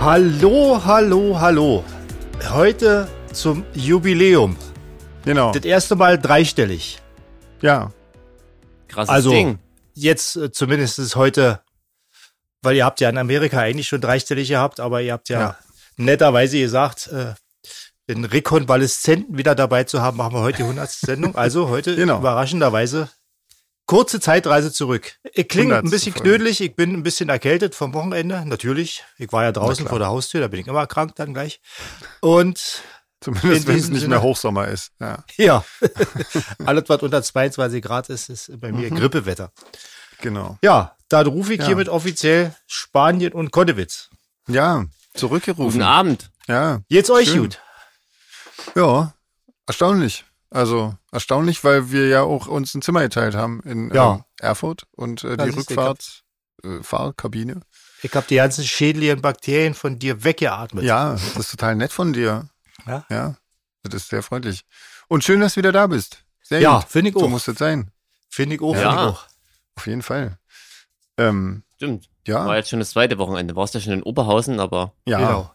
Hallo, hallo, hallo. Heute zum Jubiläum. Genau. Das erste Mal dreistellig. Ja. Krasses Also Ding. jetzt äh, zumindest ist heute, weil ihr habt ja in Amerika eigentlich schon dreistellig gehabt, aber ihr habt ja, Ja. netterweise gesagt, äh, den Rekonvaleszenten wieder dabei zu haben, machen wir heute die 100. Sendung. Also heute Genau. überraschenderweise kurze Zeitreise zurück. Ich klinge Äh, ein 100. bisschen Folge. knödelig, ich bin ein bisschen erkältet vom Wochenende, natürlich. Ich war ja draußen vor der Haustür, da bin ich immer krank dann gleich. Und Zumindest In wenn es diesem nicht mehr Sinne. Hochsommer ist. Ja, ja, alles, was unter 22 Grad ist, ist bei mir Grippewetter. genau. Ja, dann rufe ich Ja. hiermit offiziell Spanien und Kodewitz. Ja, Guten zurückgerufen. Abend. Ja, Jetzt euch Schön. gut. ja. Erstaunlich. Also erstaunlich, weil wir ja auch uns ein Zimmer geteilt haben in Ja. ähm, Erfurt und äh, Ja, die siehst du, Rückfahrt, äh, Fahrkabine. Ich habe die ganzen schädlichen Bakterien von dir weggeatmet. Ja, das ist total nett von dir. Ja. Ja, das ist sehr freundlich. Und schön, dass du wieder da bist. Sehr Ja, gut. finde ich So auch. muss das sein. Finde ich auch. Ja. Find ich auch. Auf jeden Fall. Ähm, Stimmt. ja, War jetzt schon das zweite Wochenende. Warst ja schon in Oberhausen, aber. ja. Genau.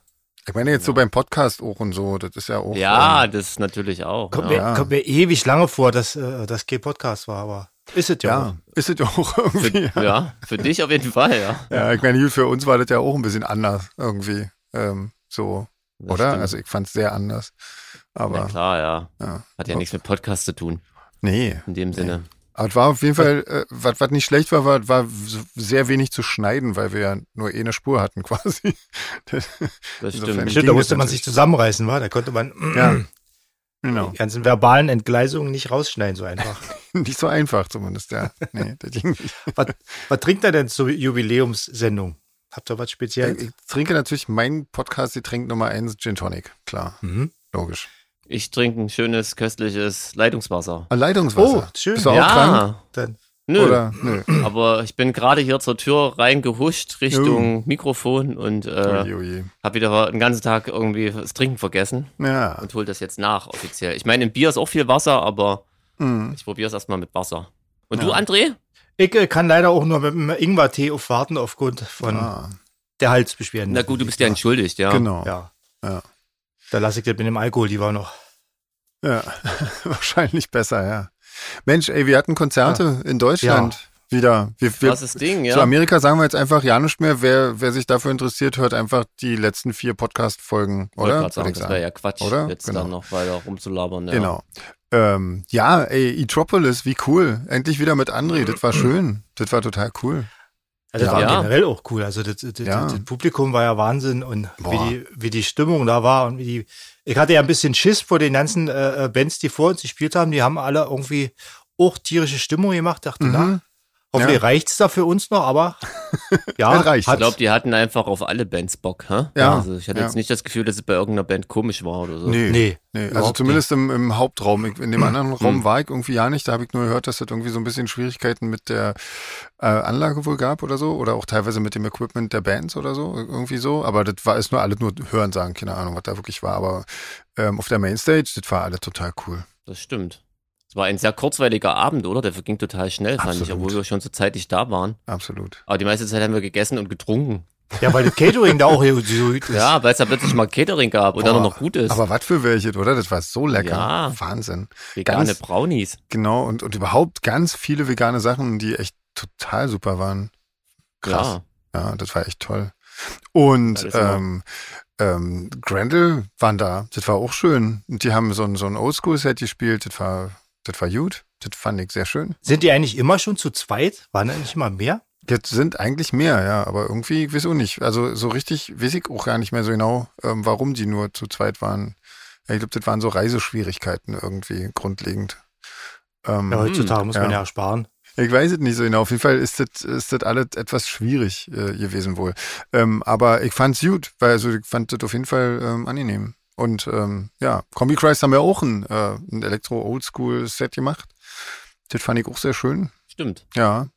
Ich meine jetzt so beim Podcast auch und so, das ist ja auch. ähm, Ja, das natürlich auch. Kommt, ja. Mir, kommt mir ewig lange vor, dass äh, das kein Podcast war, aber ist es ja. Ja, ist es ja auch irgendwie. Für, ja, für dich auf jeden Fall, ja. Ja, ich meine, gut, für uns war das ja auch ein bisschen anders irgendwie. Ähm, so, Das oder? stimmt. Also ich fand's sehr anders. Na Aber klar, ja. ja. Hat ja nichts mit Podcast zu tun, nee. in dem Sinne. Aber es war auf jeden Also Fall, äh, was, was nicht schlecht war, war, war so sehr wenig zu schneiden, weil wir ja nur eh eine Spur hatten quasi. Das- Insofern- Das stimmt. Stimmt, da ging musste das man natürlich. sich zusammenreißen, war? Da konnte man Ja, genau. die ganzen verbalen Entgleisungen nicht rausschneiden, so einfach. Nicht so einfach zumindest, ja. Nee, das ging nicht. was, was trinkt er denn zur Jubiläumssendung? Habt ihr was Spezielles? Ich trinke natürlich meinen Podcast, die trinkt Nummer eins Gin Tonic, klar, Mhm. logisch. Ich trinke ein schönes, köstliches Leitungswasser. Ein Oh, Leitungswasser. schön. Bist du auch ja. krank? Dann, Nö, Oder? Nö. aber ich bin gerade hier zur Tür reingehuscht Richtung Mikrofon und äh, Oje, oje. habe wieder den ganzen Tag irgendwie das Trinken vergessen Ja. und hol das jetzt nach offiziell. Ich meine, im Bier ist auch viel Wasser, aber Mhm. ich probiere es erstmal mit Wasser. Und Ja. du, André? ich äh, kann leider auch nur mit dem Ingwer-Tee aufwarten aufgrund von Ah, der Halsbeschwerden. Na gut, du bist ja entschuldigt, ja. genau. Ja. Ja. Da lasse ich das mit dem Alkohol lieber noch. Ja, wahrscheinlich besser, ja. Mensch, ey, wir hatten Konzerte in Deutschland wieder. Wir, wir, Krasses Ding, ja. Zu Amerika sagen wir jetzt einfach ja nicht mehr. Wer, wer sich dafür interessiert, hört einfach die letzten vier Podcast-Folgen, Wollte oder? grad sagen, Würde ich das wäre ja Quatsch, Oder? jetzt Genau. dann noch weiter rumzulabern. Ja. Genau. Ähm, ja, ey, Etropolis, wie cool. Endlich wieder mit André, das war schön. Das war total cool. Also das war Ja. Ja. generell auch cool. Also das, das, Ja. das, das Publikum war ja Wahnsinn und Boah. wie die, wie die Stimmung da war und wie die. Ich hatte ja ein bisschen Schiss vor den ganzen äh, äh, Bands, die vor uns gespielt haben. Die haben alle irgendwie auch tierische Stimmung gemacht. Dachte, na, Mhm. hoffentlich Ja. reicht's da für uns noch, aber ja, Das reicht. Ich glaube, die hatten einfach auf alle Bands Bock, hä? Ja. Also ich hatte Ja. jetzt nicht das Gefühl, dass es bei irgendeiner Band komisch war oder so. Nee. Nee, Nee, also überhaupt zumindest im, im Hauptraum. Ich, in dem anderen Raum war ich irgendwie ja nicht. Da habe ich nur gehört, dass es irgendwie so ein bisschen Schwierigkeiten mit der äh, Anlage wohl gab oder so. Oder auch teilweise mit dem Equipment der Bands oder so. Irgendwie so. Aber das war ist nur alles nur hören sagen. Keine Ahnung, was da wirklich war. Aber ähm, auf der Mainstage, das war alles total cool. Das stimmt. Es war ein sehr kurzweiliger Abend, oder? Der verging total schnell, fand ich, Absolut. obwohl wir schon so zeitig da waren. Absolut. Aber die meiste Zeit haben wir gegessen und getrunken. ja, weil das Catering da auch hier so gut ist. Ja, weil es da plötzlich mal Catering gab und dann Boah, auch noch gut ist. Aber was für welche, oder? Das war so lecker. Ja. Wahnsinn. Vegane ganz- Brownies. Genau. Und, und überhaupt ganz viele vegane Sachen, die echt total super waren. Krass. Ja. Ja, das war echt toll. Und Ja, das war- ähm, ähm, Grendel waren da. Das war auch schön. Und die haben so ein, so ein Oldschool-Set gespielt. Das war, das war gut. Das fand ich sehr schön. Sind die eigentlich immer schon zu zweit? Waren da nicht immer mehr? Jetzt sind eigentlich mehr, ja, aber irgendwie, ich weiß auch nicht. Also so richtig weiß ich auch gar nicht mehr so genau, ähm, warum die nur zu zweit waren. Ja, ich glaube, das waren so Reiseschwierigkeiten irgendwie grundlegend. Ähm, Ja, heutzutage muss man ja. ja sparen. Ich weiß es nicht so genau. Auf jeden Fall ist das, ist das alles etwas schwierig äh, gewesen wohl. Ähm, aber ich fand's gut, weil also ich fand das auf jeden Fall ähm, angenehm. Und ähm, ja, Kombi Christ haben ja auch ein, äh, ein Elektro-Oldschool-Set gemacht. Das fand ich auch sehr schön. Stimmt. Ja,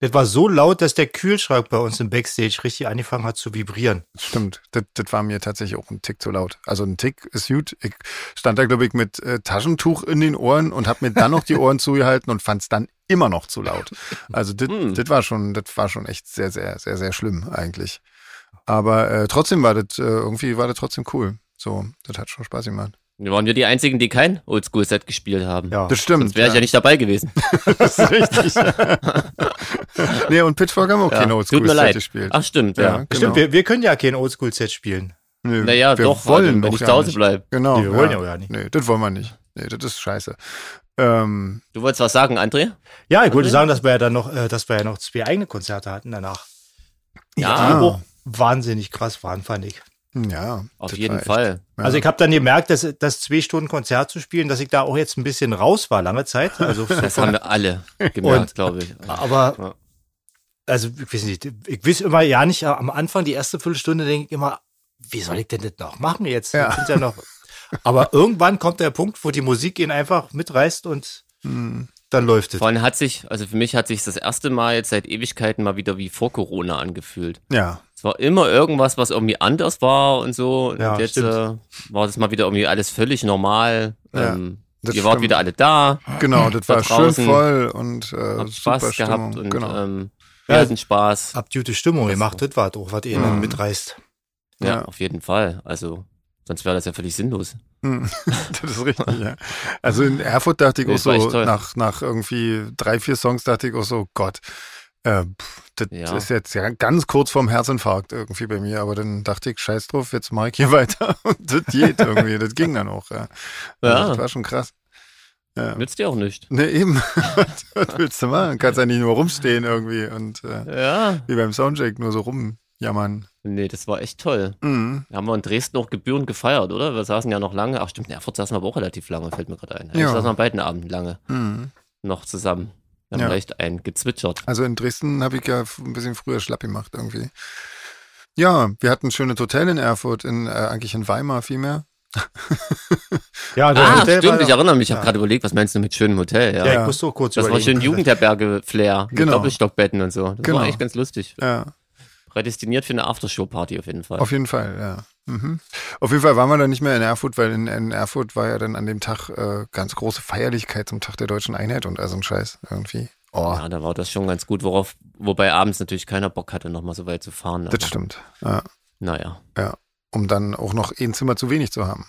Das war so laut, dass der Kühlschrank bei uns im Backstage richtig angefangen hat zu vibrieren. stimmt. Das, das war mir tatsächlich auch ein Tick zu laut. Also ein Tick ist gut. Ich stand da, glaube ich, mit äh, Taschentuch in den Ohren und habe mir dann noch die Ohren zugehalten und fand's dann immer noch zu laut. Also das, Hm. das war schon, das war schon echt sehr, sehr, sehr, sehr schlimm eigentlich. Aber äh, trotzdem war das, äh, irgendwie war das trotzdem cool. So, das hat schon Spaß gemacht. Wir waren wir die einzigen, die kein Oldschool-Set gespielt haben. Ja. Das stimmt. Sonst wäre ich ja nicht dabei gewesen. Das ist richtig. nee, und Pitchfork haben auch Ja. keine Tut mir leid. Oldschool-Set gespielt. Ach stimmt, ja. genau. Stimmt, wir, wir können ja kein Oldschool-Set spielen. Nö, Naja, wir doch, wollen wollen wenn doch ich ja zu Hause nicht. bleibe. Genau. wir wollen ja auch gar nicht. Nee, das wollen wir nicht. Nee, das ist scheiße. Ähm, Du wolltest was sagen, André? Ja, ich würde sagen, dass wir ja dann noch, äh, dass wir ja noch zwei eigene Konzerte hatten danach. Ja, Die auch wahnsinnig krass waren, fand ich. ja. auf das jeden war echt- Fall. Ja. Also ich habe dann gemerkt, dass das zwei Stunden Konzert zu spielen, dass ich da auch jetzt ein bisschen raus war lange Zeit. Also Das haben wir alle gemerkt, glaube ich. Ja. aber also ich weiß nicht, ich weiß immer ja nicht, am Anfang die erste Viertelstunde denke ich immer, wie soll ich denn das noch machen jetzt? Ja. Ich find's ja noch. Aber irgendwann kommt der Punkt, wo die Musik ihn einfach mitreißt und dann läuft es. Vor allem hat sich, also für mich hat sich das erste Mal jetzt seit Ewigkeiten mal wieder wie vor Corona angefühlt. Ja. Es war immer irgendwas, was irgendwie anders war und so. Und Ja, jetzt äh, stimmt. war das mal wieder irgendwie alles völlig normal. Ja, ähm, ihr das wart stimmt. wieder alle da, Genau, das Da war schön draußen voll und äh, habt super Spaß Stimmung. gehabt und genau. ähm, wir Ja. hatten Spaß. Habt gute Stimmung gemacht, das war doch, was ihr dann mitreißt. Ja, ja. auf jeden Fall. Also, sonst wäre das ja völlig sinnlos. Hm, das ist richtig, ja. Also in Erfurt dachte ich Nee, auch das war echt so, toll. nach, nach irgendwie drei, vier Songs dachte ich auch so, Gott, äh, pff, das Ja. ist jetzt ja ganz kurz vorm Herzinfarkt irgendwie bei mir, aber dann dachte ich, scheiß drauf, jetzt mach ich hier weiter und das geht irgendwie, das ging dann auch, ja. Also, Ja. Das war schon krass. Ja. Nützt dir auch nicht. Ne, eben, was willst du machen? Kannst ja nicht nur rumstehen irgendwie und äh, Ja. wie beim Soundcheck nur so rumjammern. Nee, das war echt toll. Mhm. Da haben wir in Dresden auch gebührend gefeiert, oder? Wir saßen ja noch lange. Ach stimmt, in Erfurt saßen wir aber auch relativ lange, fällt mir gerade ein. Also, Wir Ja. saßen an beiden Abenden lange Mhm. noch zusammen. Wir haben Ja. leicht ein gezwitschert. Also in Dresden habe ich ja f- ein bisschen früher schlapp gemacht irgendwie. Ja, wir hatten ein schönes Hotel in Erfurt, in, äh, eigentlich in Weimar vielmehr. Ja, das Ah, Hotel war- stimmt, ich erinnere mich. Ich habe Ja. gerade überlegt, was meinst du mit schönem Hotel? Ja. Ja, Ja. ich muss so kurz Das war überlegen. schön Jugendherberge-Flair. Mit Genau. Doppelstockbetten und so. Das Genau. war echt ganz lustig. Ja, Prädestiniert für eine Aftershow-Party auf jeden Fall. auf jeden Fall, ja. Mhm. Auf jeden Fall waren wir dann nicht mehr in Erfurt, weil in, in Erfurt war ja dann an dem Tag äh, ganz große Feierlichkeit zum Tag der deutschen Einheit und all so ein Scheiß irgendwie. Oh, ja, da war das schon ganz gut, worauf, wobei abends natürlich keiner Bock hatte, nochmal so weit zu fahren. Aber, das stimmt. Ja, naja, um dann auch noch ein Zimmer zu wenig zu haben.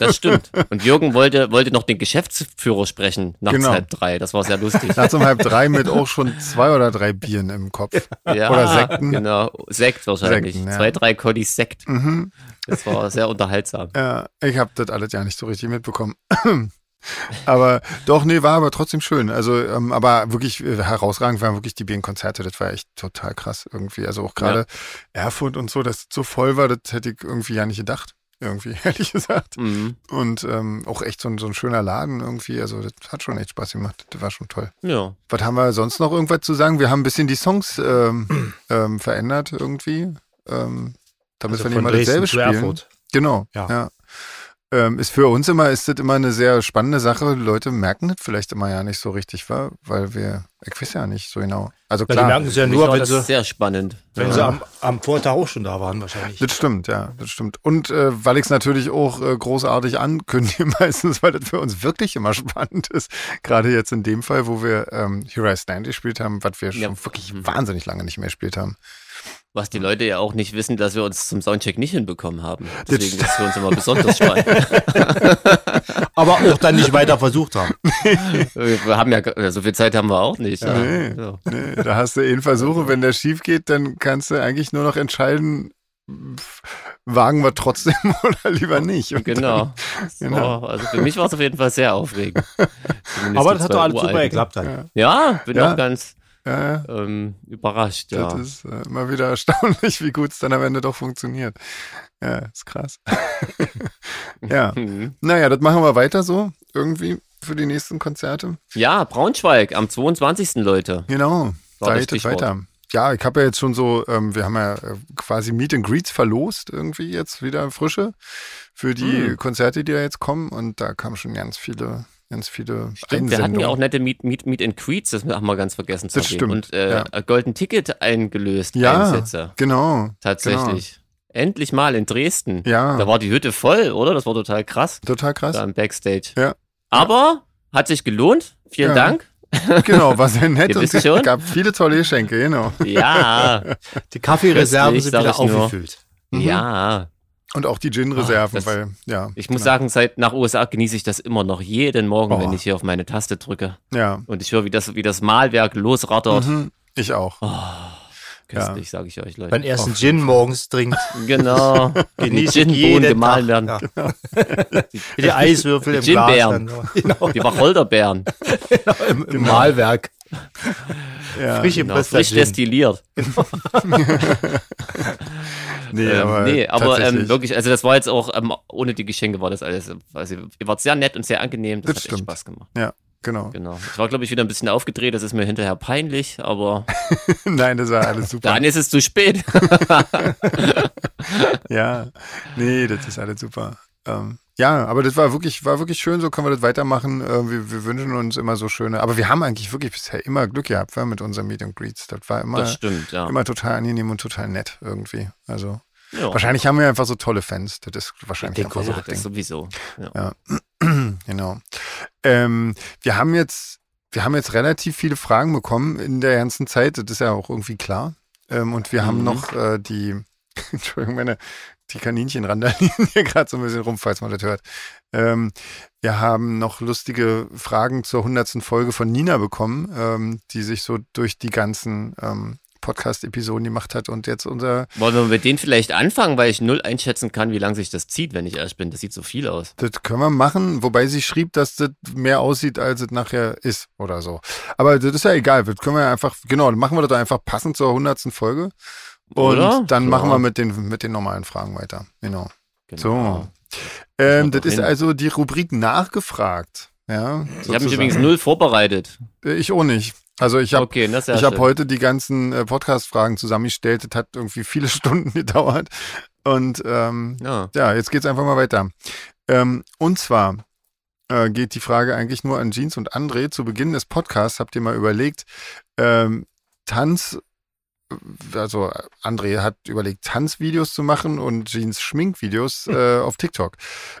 das stimmt. Und Jürgen wollte, wollte noch den Geschäftsführer sprechen nachts Genau. halb drei. Das war sehr lustig. Nachts um halb drei mit auch schon zwei oder drei Bieren im Kopf. ja, Oder Sekten. Genau, Sekt wahrscheinlich. Sekten, ja. Zwei, drei Collis Sekt. Mhm. Das war sehr unterhaltsam. Ja, ich habe das alles ja nicht so richtig mitbekommen. aber doch, nee, war aber trotzdem schön. Also, ähm, aber wirklich äh, herausragend waren wirklich die Bienenkonzerte. Das war echt total krass irgendwie. Also auch gerade Erfurt und so, dass es so voll war, das hätte ich irgendwie ja nicht gedacht. Irgendwie, ehrlich gesagt. Mhm. Und ähm, auch echt so ein, so ein schöner Laden irgendwie. Also, das hat schon echt Spaß gemacht. Das war schon toll. Ja. Was haben wir sonst noch irgendwas zu sagen? Wir haben ein bisschen die Songs ähm, ähm, verändert irgendwie. Ähm, damit Also wir nicht von mal Dresden dasselbe zu spielen. Erfurt. Genau, ja. Ja. Ähm, ist für uns immer, ist das immer eine sehr spannende Sache. Leute merken das vielleicht immer ja nicht so richtig, wa? weil wir, ich weiß ja nicht so genau. Also Na, die klar, merken es ja Für mich nur, war wenn das sie, sehr spannend. wenn ja. sie am, am Vortag auch schon da waren wahrscheinlich. das stimmt, ja, das stimmt. Und äh, weil ich es natürlich auch äh, großartig ankündige meistens, weil das für uns wirklich immer spannend ist. Gerade jetzt in dem Fall, wo wir ähm, Here I Stand gespielt haben, was wir schon Ja. wirklich wahnsinnig lange nicht mehr gespielt haben. Was die Leute ja auch nicht wissen, dass wir uns zum Soundcheck nicht hinbekommen haben. Deswegen ist es für uns immer besonders spannend. Aber auch dann nicht weiter versucht haben. wir haben ja, äh, so viel Zeit haben wir auch nicht. Ja. Nee. Ja. Nee, da hast du eh einen Versuche. Wenn der schief geht, dann kannst du eigentlich nur noch entscheiden, pf, wagen wir trotzdem oder lieber nicht. Und Genau. Genau. So, also für mich war es auf jeden Fall sehr aufregend. Zumindest Aber die das hat zwei doch alles Uralten. super geklappt dann. Ja, bin Ja. auch ganz Dann, äh, ähm, überrascht. Ja. Das ist äh, immer wieder erstaunlich, wie gut es dann am Ende doch funktioniert. Ja, ist krass. ja. Mhm. Naja, das machen wir weiter so. Irgendwie für die nächsten Konzerte. ja, Braunschweig am 22. Leute. Genau. War Da das geht es Stichwort. weiter. Ja, ich habe ja jetzt schon so, ähm, wir haben ja äh, quasi Meet and Greets verlost irgendwie jetzt wieder frische für die Hm. Konzerte, die da jetzt kommen und da kamen schon ganz viele, ganz viele Stimmt, wir hatten ja auch Einsendungen. nette Meet, Meet, Meet and Creeds, das haben wir ganz vergessen zu Das erwähnen. stimmt, Und äh, ja. ein Golden Ticket eingelöst, Ja. Einsätze. Genau. Tatsächlich. Endlich mal in Dresden. Ja. Da war die Hütte voll, oder? Das war total krass. Total krass. Da im Backstage. Ja. Aber hat sich gelohnt. Vielen Ja. Dank. Genau, war sehr nett Ihr und wisst es schon? gab viele tolle Geschenke, genau. Ja, Die Kaffeereserven Köstlich, sind sag wieder ich nur. aufgefüllt. Mhm. ja. Und auch die Gin-Reserven, Ah, das- weil, ja. Ich muss sagen, seit nach USA genieße ich das immer noch jeden Morgen, Oh. wenn ich hier auf meine Taste drücke Ja. und ich höre, wie das, wie das Malwerk losrattert. Oh, Mhm. Ich auch. Köstlich, sage ich euch, Wenn Leute. erst ein Gin morgens trinkt, Genau. Die genießt jeden Ginbohnen Tag. gemahlen werden. Ja. Wie die Eiswürfel im Die Glas. Ginbeeren. Dann, genau, Die Wacholderbeeren. im, im Mahlwerk. Ja. Frisch im Genau, Prester frisch Gin. destilliert. Nee, Ähm, aber, nee, aber ähm, tatsächlich. wirklich, also das war jetzt auch, ähm, ohne die Geschenke war das alles, also ihr wart sehr nett und sehr angenehm, das, Das hat stimmt. echt Spaß gemacht. Ja, genau. Genau. Ich war, glaube ich, wieder ein bisschen aufgedreht, das ist mir hinterher peinlich, aber Nein, das war alles super. dann ist es zu spät. Ja, nee, das ist alles super. Ähm, ja, aber das war wirklich, war wirklich schön, so können wir das weitermachen. Äh, wir, wir wünschen uns immer so schöne, aber wir haben eigentlich wirklich bisher immer Glück gehabt, wa, mit unseren Meet and Greets. Das war immer, Das stimmt, ja. immer total angenehm und total nett irgendwie. Also ja. wahrscheinlich haben wir einfach so tolle Fans. Das ist wahrscheinlich Ich denke einfach so ja, das das Ding. sowieso. Ja. Genau. Ähm, wir haben jetzt, wir haben jetzt relativ viele Fragen bekommen in der ganzen Zeit. Das ist ja auch irgendwie klar. Ähm, und wir haben Mhm. noch äh, die, Entschuldigung, meine, die Kaninchen randalieren hier gerade so ein bisschen rum, falls man das hört. Ähm, wir haben noch lustige Fragen zur 100. Folge von Nina bekommen, ähm, die sich so durch die ganzen ähm, Podcast-Episoden gemacht hat und jetzt unser, Wollen wir mit denen vielleicht anfangen, weil ich null einschätzen kann, wie lange sich das zieht, wenn ich ehrlich bin. Das sieht so viel aus. das können wir machen, wobei sie schrieb, dass das mehr aussieht, als es nachher ist oder so. Aber das ist ja egal, das können wir einfach, genau, dann machen wir das doch einfach passend zur 100. Folge und Oder? dann Ja. machen wir mit den, mit den normalen Fragen weiter. Genau. So. Genau. Ähm, Kommt das doch ist hin. also die Rubrik nachgefragt. Ja, Ich habe mich sozusagen. übrigens null vorbereitet. Äh, Ich auch nicht. Also ich habe okay, das ist ja ich habe schön. heute die ganzen äh, Podcast-Fragen zusammengestellt. Das hat irgendwie viele Stunden gedauert. Und ähm, Ja. ja, jetzt geht's einfach mal weiter. Ähm, und zwar äh, geht die Frage eigentlich nur an Jeans und André. Zu Beginn des Podcasts habt ihr mal überlegt, ähm, Tanz, also André hat überlegt, Tanzvideos zu machen und Jeans Schminkvideos Hm. äh, auf TikTok.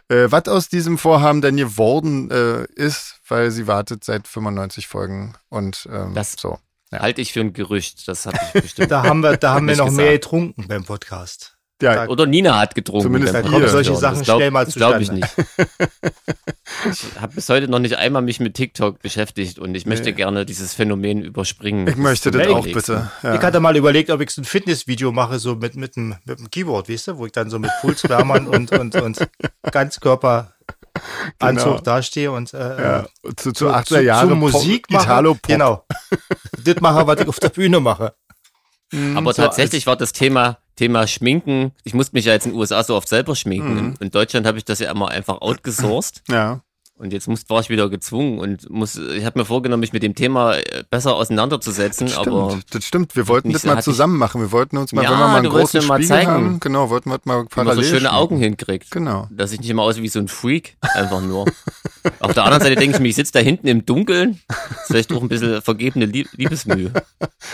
Äh, was aus diesem Vorhaben denn geworden äh, ist, weil sie wartet seit 95 Folgen und ähm, Das- so. Halte Halt ich für ein Gerücht, das habe ich bestimmt. Da haben wir, da haben wir Nicht noch mehr gesagt. getrunken beim Podcast. Ja, Oder Nina hat getrunken. Zumindest beim da kommen Podcast solche hören. Sachen Das glaub- schnell mal das glaub ich zustande. nicht. Ich habe bis heute noch nicht einmal mich mit TikTok beschäftigt und ich möchte Nee. gerne dieses Phänomen überspringen. ich möchte das Ja, auch ich- bitte. Ich Ja. hatte mal überlegt, ob ich so ein Fitnessvideo mache, so mit, mit, dem, mit dem Keyboard, weißt du, wo ich dann so mit Pulswärmern und, und, und Ganzkörperanzug Genau. dastehe und äh, Ja. Zu, zu zu- 80er Jahre zu Musik Pop, mache. Italo-Pop. Genau. das mache, was ich auf der Bühne mache. Aber so tatsächlich war das Thema, Thema Schminken. Ich musste mich ja jetzt in den USA so oft selber schminken. Mhm. In, in Deutschland habe ich das ja immer einfach outgesourced. Ja. Und jetzt muss, war ich wieder gezwungen und muss, ich habe mir vorgenommen, mich mit dem Thema äh, besser auseinanderzusetzen, Stimmt, aber das stimmt. Wir wollten nicht das so- mal hatte ich- zusammen machen. Wir wollten uns mal, Ja, wenn wir mal einen du wolltest großen mir mal Spiegel zeigen, haben, genau, wollten wir mal immer parallel. so schöne schminken. Augen hinkriegt. Genau. dass ich nicht immer aussehe wie so ein Freak, einfach nur. Auf der anderen Seite denke ich mir, ich sitze da hinten im Dunkeln, ist vielleicht auch ein bisschen vergebene Lieb Liebesmühe.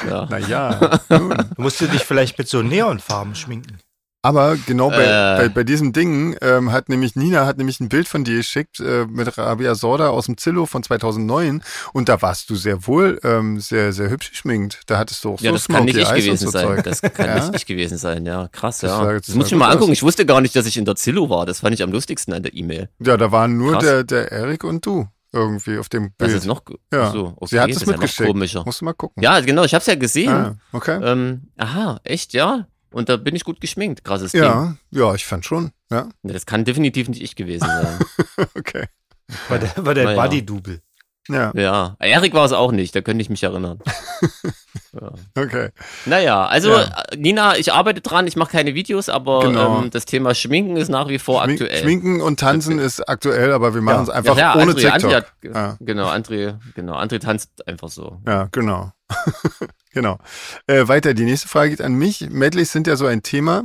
Ja. Naja. Du musst du dich vielleicht mit so Neonfarben schminken. Aber genau bei, Äh. bei, bei diesem Ding ähm, hat nämlich Nina hat nämlich ein Bild von dir geschickt äh, mit Rabia Sorda aus dem Zillow von 2009 und da warst du sehr wohl ähm, sehr sehr hübsch geschminkt. Da hattest du auch Ja, so das kann nicht Smoky ich Eyes und gewesen so sein. Zeug. Das kann Ja? nicht ich gewesen sein, ja. Krass, Das ja. sah- Das, das sah muss ich mir mal gut angucken. aus. Ich wusste gar nicht, dass ich in der Zillow war. Das fand ich am lustigsten an der E-Mail. Ja, da waren nur Krass. der der Erik und du irgendwie auf dem Das Bild. ist noch, Ja. ach so, okay, Sie hat das es ist ja noch mitgeschickt. komischer. Musst du mal gucken. Ja, genau, ich hab's ja gesehen. Ah, okay. Ähm, aha, echt, ja. Und da bin ich gut geschminkt. Krasses Ding. Ja, ja, ich fand schon. Ja, Ja, Das kann definitiv nicht ich gewesen sein. okay. War der, war der Naja. Buddy-Double. Ja, ja. Erik war es auch nicht, da könnte ich mich erinnern. ja. okay. Naja, also Ja. äh, Nina, ich arbeite dran, ich mache keine Videos, aber Genau. ähm, das Thema Schminken ist nach wie vor Schmink- aktuell. Schminken und Tanzen ist aktuell, aber wir machen es einfach ja, ohne André, TikTok. André hat, Ja. Genau, André, genau, André tanzt einfach so. Ja, genau. genau. Äh, weiter, die nächste Frage geht an mich. Medleys sind ja so ein Thema.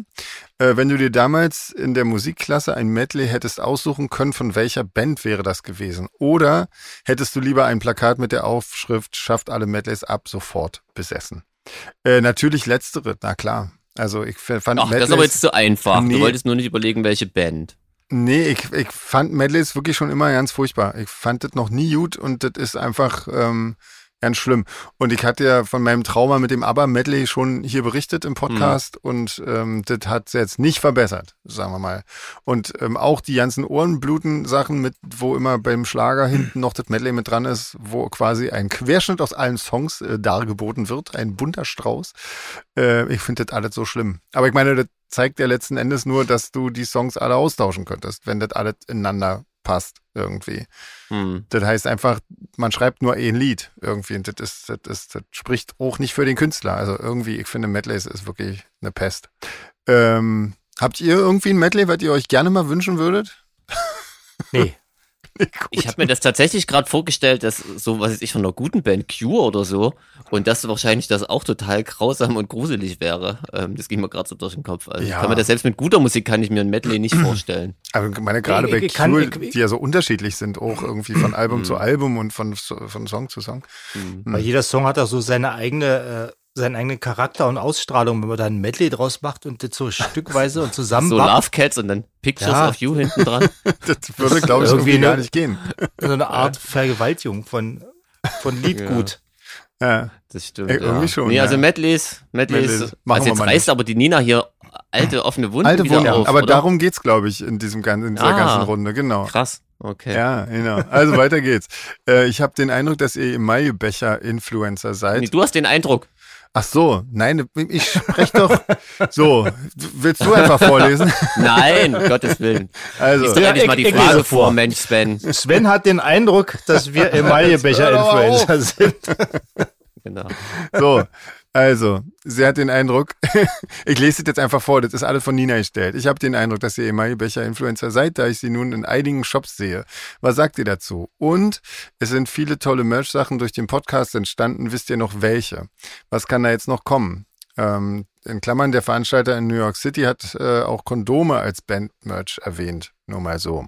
Äh, wenn du dir damals in der Musikklasse ein Medley hättest aussuchen können, von welcher Band wäre das gewesen? Oder hättest du lieber ein Plakat mit der Aufschrift Schafft alle Medleys ab sofort besessen? Äh, natürlich letztere, na klar. Also ich f- fand Ach, das Medleys- ist aber jetzt zu einfach. Nee. Du wolltest nur nicht überlegen, welche Band. Nee, ich, ich fand Medleys wirklich schon immer ganz furchtbar. Ich fand das noch nie gut und das ist einfach, ähm, Ganz schlimm. Und ich hatte ja von meinem Trauma mit dem ABBA-Medley schon hier berichtet im Podcast und ähm, das hat jetzt nicht verbessert, sagen wir mal. Und ähm, auch die ganzen Ohrenbluten-Sachen, mit, wo immer beim Schlager hinten noch das Medley mit dran ist, wo quasi ein Querschnitt aus allen Songs äh, dargeboten wird, ein bunter Strauß. Äh, ich finde das alles so schlimm. Aber ich meine, das zeigt ja letzten Endes nur, dass du die Songs alle austauschen könntest, wenn das alles ineinander passt irgendwie. Hm. Das heißt einfach, man schreibt nur ein Lied irgendwie. Und das, ist, das, ist, das spricht auch nicht für den Künstler. Also irgendwie, ich finde, Medleys ist wirklich eine Pest. Ähm, habt ihr irgendwie ein Medley, was ihr euch gerne mal wünschen würdet? Nee. Nee, gut. Ich habe mir das tatsächlich gerade vorgestellt, dass so, was weiß ich, von einer guten Band Cure oder so, und dass wahrscheinlich das auch total grausam und gruselig wäre. Ähm, das ging mir gerade so durch den Kopf. Also Ja. kann man das selbst mit guter Musik kann ich mir ein Medley nicht vorstellen. Aber ich meine, gerade Ich- bei ich kann- Cure, ich- ich- die ja so unterschiedlich sind, auch irgendwie von Album zu Album und von, von Song zu Song. Weil jeder Song hat auch so seine eigene, äh, seinen eigenen Charakter und Ausstrahlung, wenn man da ein Medley draus macht und das so stückweise und zusammen So Love Cats und dann Pictures Ja. of You hinten dran. Das würde, glaube ich, Irgendwie, irgendwie gar ne? nicht gehen. so eine Art Vergewaltigung von, von Liedgut. Ja. Das stimmt. Ey, irgendwie ja. schon, Nee, ja. also Medleys, Medleys, Medleys, machen also wir jetzt mal reißt aber die Nina hier alte offene Wunden Alte wieder Wunder. auf, Aber oder? darum geht's, glaube ich, in, diesem, gan- in dieser Ah. ganzen Runde. Genau. Krass, okay. Ja, genau. Also weiter geht's. Äh, ich habe den Eindruck, dass ihr im Maibecher-Influencer seid. Nee, du hast den Eindruck. Ach so, nein, ich spreche doch. So, willst du einfach vorlesen? Nein, um Gottes Willen. Lies Also, doch Ja, endlich ich- mal die ich lese Frage vor. vor, Mensch, Sven. Sven hat den Eindruck, dass wir Jetzt hör doch Emaillebecher-Influencer sind. Genau. so. Also, sie hat den Eindruck, ich lese das jetzt einfach vor, das ist alles von Nina gestellt. Ich habe den Eindruck, dass ihr Emaillebecher-Influencer seid, da ich sie nun in einigen Shops sehe. Was sagt ihr dazu? Und es sind viele tolle Merch-Sachen durch den Podcast entstanden, wisst ihr noch welche? Was kann da jetzt noch kommen? Ähm, in Klammern, der Veranstalter in New York City hat äh, auch Kondome als Band-Merch erwähnt. Nur mal so.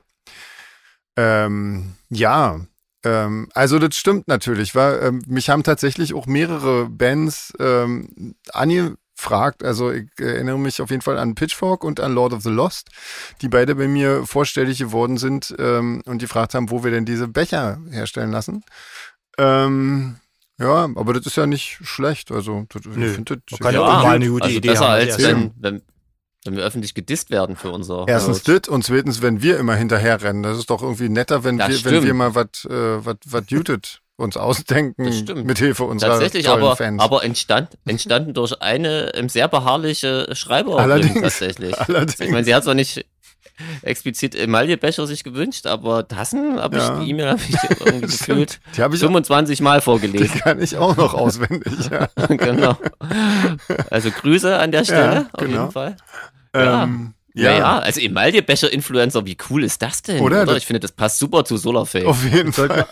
Ähm, ja, ähm, also das stimmt natürlich. War, ähm, mich haben tatsächlich auch mehrere Bands ähm, angefragt. Also ich erinnere mich auf jeden Fall an Pitchfork und an Lord of the Lost, die beide bei mir vorstellig geworden sind ähm, und die gefragt haben, wo wir denn diese Becher herstellen lassen. Ähm, ja, aber das ist ja nicht schlecht. Also das, Nö, ich finde das man kann ja Ja. auch mal eine gute also Idee besser haben. als Ja, wenn, wenn, wenn wir öffentlich gedisst werden für unser. Erstens Haus. das und zweitens, wenn wir immer hinterherrennen. Das ist doch irgendwie netter, wenn, Das wir, wenn stimmt. wir mal was äh, wat- wat Jutet uns ausdenken Das stimmt. mit Hilfe unserer Tatsächlich, tollen aber, Fans. aber entstand, entstanden durch eine ähm, sehr beharrliche Schreiberin Allerdings. tatsächlich. Allerdings. Ich meine, sie hat zwar nicht explizit Emaillebecher sich gewünscht, aber Tassen habe Ja. ich, die E-Mail habe ich irgendwie gefühlt Die habe ich, 25 Mal die vorgelesen. kann ich auch noch auswendig. Ja. genau. Also Grüße an der Stelle, auf genau. jeden Fall. Ja. Ähm, ja. Ja, naja, also Emaillebecher-Influencer, wie cool ist das denn? Oder? Das- Ich finde, das passt super zu Solarfake. auf jeden Fall.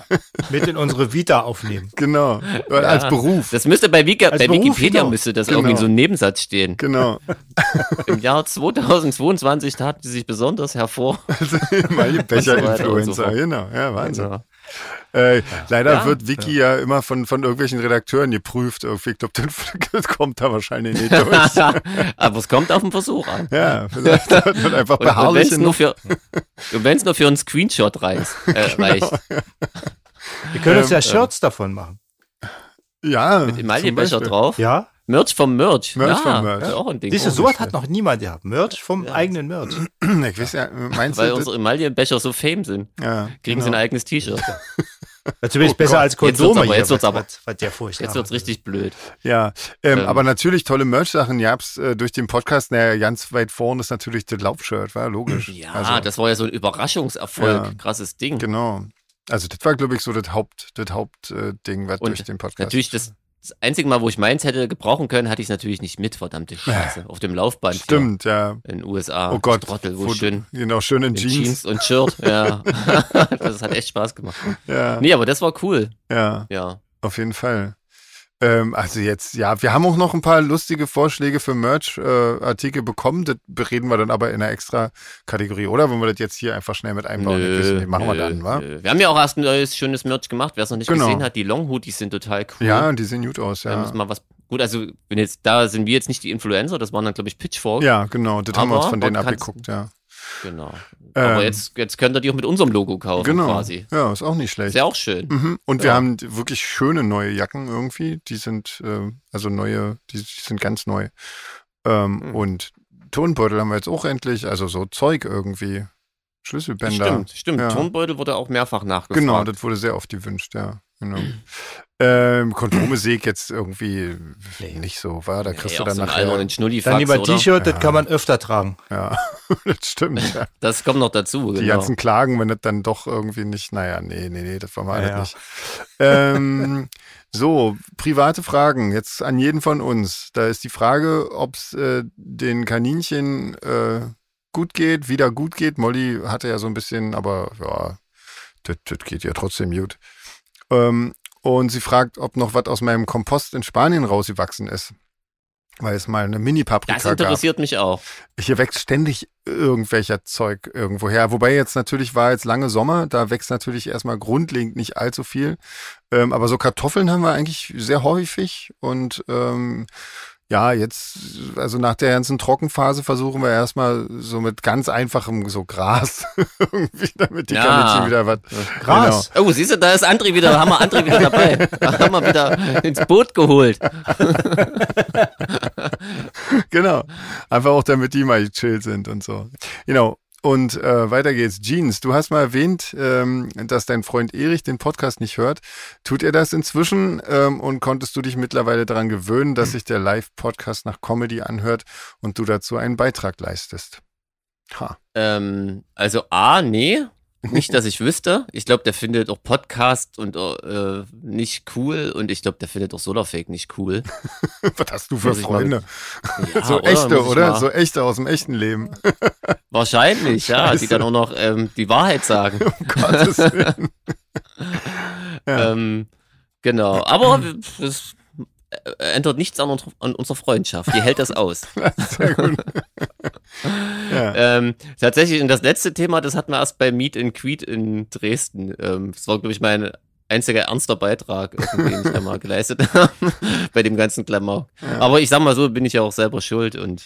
mit in unsere Vita aufnehmen. Genau. Als Beruf. Das müsste bei, Wiki, Als bei Beruf, Wikipedia genau. müsste das Genau. irgendwie in so einem Nebensatz stehen. Genau. Im Jahr 2022 taten sie sich besonders hervor. Meine Und so Also Becher-Influencer. fort. genau. Ja, Wahnsinn. Ja. Äh, leider Ja. wird Wiki ja. immer von, von irgendwelchen Redakteuren geprüft. Irgendwie, ich glaube, das kommt da wahrscheinlich nicht durch. Aber es kommt auf den Versuch an. ja, vielleicht wird einfach Und, und wenn beharrlich es nur, für- und wenn's nur für einen Screenshot reicht, äh, reicht. Wir können uns ja Shirts davon machen. Ja. Im zum Beispiel. Maljebecher drauf. Ja? Merch vom Merch. Merch ja, vom Merch. ist Auch ein Ding. Siehst du, Oh, sowas hat noch niemand gehabt. Merch vom Ja. eigenen Merch. Ich weiß ja, äh, meinst Weil du? unsere Emaillebecher so fame sind, das? ja, kriegen sie ein eigenes T-Shirt. Ja, Zumindest besser als wird's Kondome. aber- hier, Oh jetzt wird's was- aber- was- Was der Furcht Jetzt hat. wird's richtig blöd. Ja, ähm, Ähm. aber natürlich tolle Merch-Sachen gab's äh, durch den Podcast. Naja, ganz weit vorn ist natürlich das Laufshirt, war logisch. Ja, also, das war ja so ein Überraschungserfolg. Ja. Krasses Ding. genau. Also das war, glaube ich, so das Haupt, das Hauptding, äh, Ding, was Und durch den Podcast. Natürlich, das, das einzige Mal, wo ich meins hätte gebrauchen können, hatte ich natürlich nicht mit, verdammte Scheiße. Auf dem Laufband. hier Stimmt, ja. In den USA. Oh Gott, Trottel, Wo- wo schön. Genau, schön in, In Jeans. Jeans. und Shirt, ja. das hat echt Spaß gemacht. Ja, Nee, aber das war cool, ja. ja. Auf jeden Fall. Ähm, also jetzt, ja, wir haben auch noch ein paar lustige Vorschläge für Merch-Artikel bekommen. Das bereden wir dann aber in einer extra Kategorie, oder? Wenn wir das jetzt hier einfach schnell mit einbauen, das wissen wir, machen wir nö, dann, wa? nö. Wir haben ja auch erst ein neues, schönes Merch gemacht. Wer es noch nicht Genau. gesehen hat, die Long-Hoodies sind total cool. Ja, die sehen gut aus, Da ja. müssen wir was. Gut, also wenn jetzt, da sind wir jetzt nicht die Influencer, das waren dann, glaube ich, Pitchfork. Ja, genau, das haben wir Aber uns von denen man kann's- abgeguckt, ja. Genau. Aber Ähm. jetzt, jetzt könnt ihr die auch mit unserem Logo kaufen Genau. quasi. Ja, ist auch nicht Ist schlecht. ja auch schön. Mhm. Und wir Ja. haben wirklich schöne neue Jacken irgendwie. Die sind, äh, also neue, die, die sind ganz neu. Ähm, Mhm. Und Tonbeutel haben wir jetzt auch endlich, also so Zeug irgendwie. Schlüsselbänder. Stimmt, stimmt. Ja. Turnbeutel wurde auch mehrfach nachgefragt. Genau, das wurde sehr oft gewünscht, ja. Genau. ähm, Kondome sehe ich jetzt irgendwie nicht so, war. Da kriegst Ey, du auch dann so einen nachher. albernen Schnullifax, Dann lieber oder? T-Shirt, das Ja. kann man öfter tragen. Ja, das stimmt. Ja. Das kommt noch dazu, Die genau. ganzen Klagen, wenn das dann doch irgendwie nicht, naja, nee, nee, nee, das war mal Ja, nicht. Ähm, so, private Fragen, jetzt an jeden von uns. Da ist die Frage, ob es äh, den Kaninchen äh, gut geht, wieder gut geht. Molly hatte ja so ein bisschen, aber ja, das das geht ja trotzdem gut. Ähm, und sie fragt, ob noch was aus meinem Kompost in Spanien rausgewachsen ist. Weil es mal eine Das Mini-Paprika gab. interessiert mich auch. Hier wächst ständig irgendwelcher Zeug irgendwo her. Wobei jetzt natürlich war jetzt lange Sommer, da wächst natürlich erstmal grundlegend nicht allzu viel. Ähm, aber so Kartoffeln haben wir eigentlich sehr häufig und ähm, ja, jetzt, also nach der ganzen Trockenphase versuchen wir erstmal so mit ganz einfachem so Gras irgendwie, damit die Ja. Kaninchen wieder was. Gras. Oh, siehst du, da ist André wieder, haben wir André wieder dabei. Da haben wir wieder ins Boot geholt. genau. Einfach auch, damit die mal chill sind und so. Genau. Und äh, weiter geht's. Jeans, du hast mal erwähnt, ähm, dass dein Freund Erich den Podcast nicht hört. Tut er das inzwischen ähm, und konntest du dich mittlerweile daran gewöhnen, dass sich der Live-Podcast nach Comedy anhört und du dazu einen Beitrag leistest? Ha. Ähm, also A, nee. Nicht, dass ich wüsste. Ich glaube, der findet auch Podcast und äh, nicht cool. Und ich glaube, der findet auch Solarfake nicht cool. Was hast du für Muss ich mal- Freunde? Ja, so oder? Muss echte, ich oder? mal- So echte aus dem echten Leben. Wahrscheinlich, ja. Scheiße. Die dann auch noch ähm, die Wahrheit sagen. Um Gottes Willen. Ja. Ähm, genau. Aber das äh, ändert nichts an, unserer- an unserer Freundschaft. Die hält das aus. Sehr gut. ja. Ähm, tatsächlich, und das letzte Thema, das hatten wir erst bei Meet and Creed in Dresden. Ähm, das war, glaube ich, mein einziger ernster Beitrag, irgendwie, den ich da mal geleistet habe, bei dem ganzen Klamauk. Aber ich sag mal so, bin ich ja auch selber schuld und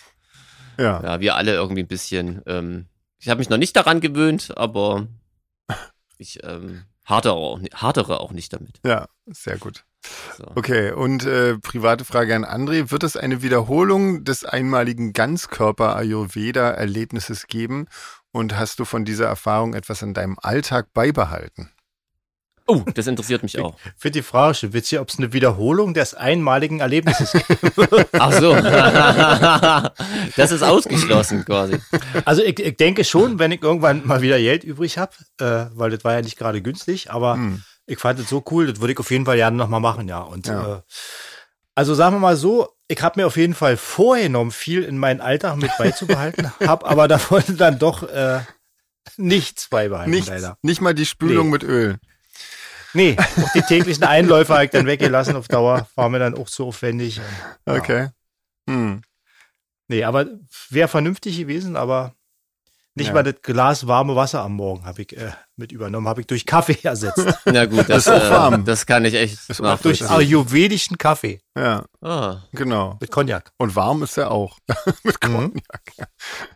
ja. ja, wir alle irgendwie ein bisschen. Ähm, ich habe mich noch nicht daran gewöhnt, aber ich ähm, hadere, auch, ni- hadere auch nicht damit. Ja, sehr gut. So. Okay, und äh, private Frage an André. Wird es eine Wiederholung des einmaligen Ganzkörper-Ayurveda-Erlebnisses geben? Und hast du von dieser Erfahrung etwas in deinem Alltag beibehalten? Oh, das interessiert mich auch. Genau. Ich finde die Frage schon witzig, ob es eine Wiederholung des einmaligen Erlebnisses gibt. Ach so. das ist ausgeschlossen quasi. Also ich, ich denke schon, wenn ich irgendwann mal wieder Geld übrig habe, äh, weil das war ja nicht gerade günstig, aber Hm. ich fand es so cool, das würde ich auf jeden Fall gerne nochmal machen, ja. Und Ja. Äh, also sagen wir mal so, ich habe mir auf jeden Fall vorgenommen, viel in meinen Alltag mit beizubehalten, habe aber davon dann doch äh, nichts beibehalten, Nichts, leider. nicht mal die Spülung Nee. mit Öl. Nee, auch die täglichen Einläufe habe ich dann weggelassen auf Dauer, war mir dann auch zu aufwendig. Ja. Okay. Hm. Nee, aber wäre vernünftig gewesen, aber nicht Ja. mal das Glas warme Wasser am Morgen habe ich äh, mit übernommen, habe ich durch Kaffee ersetzt. Na gut, das, Ist auch warm. äh, das kann ich echt Ist auch durch nachvollziehen. ayurvedischen Kaffee Ja, Ah. genau. mit Cognac. Mhm. Und warm ist er auch. mit Cognac.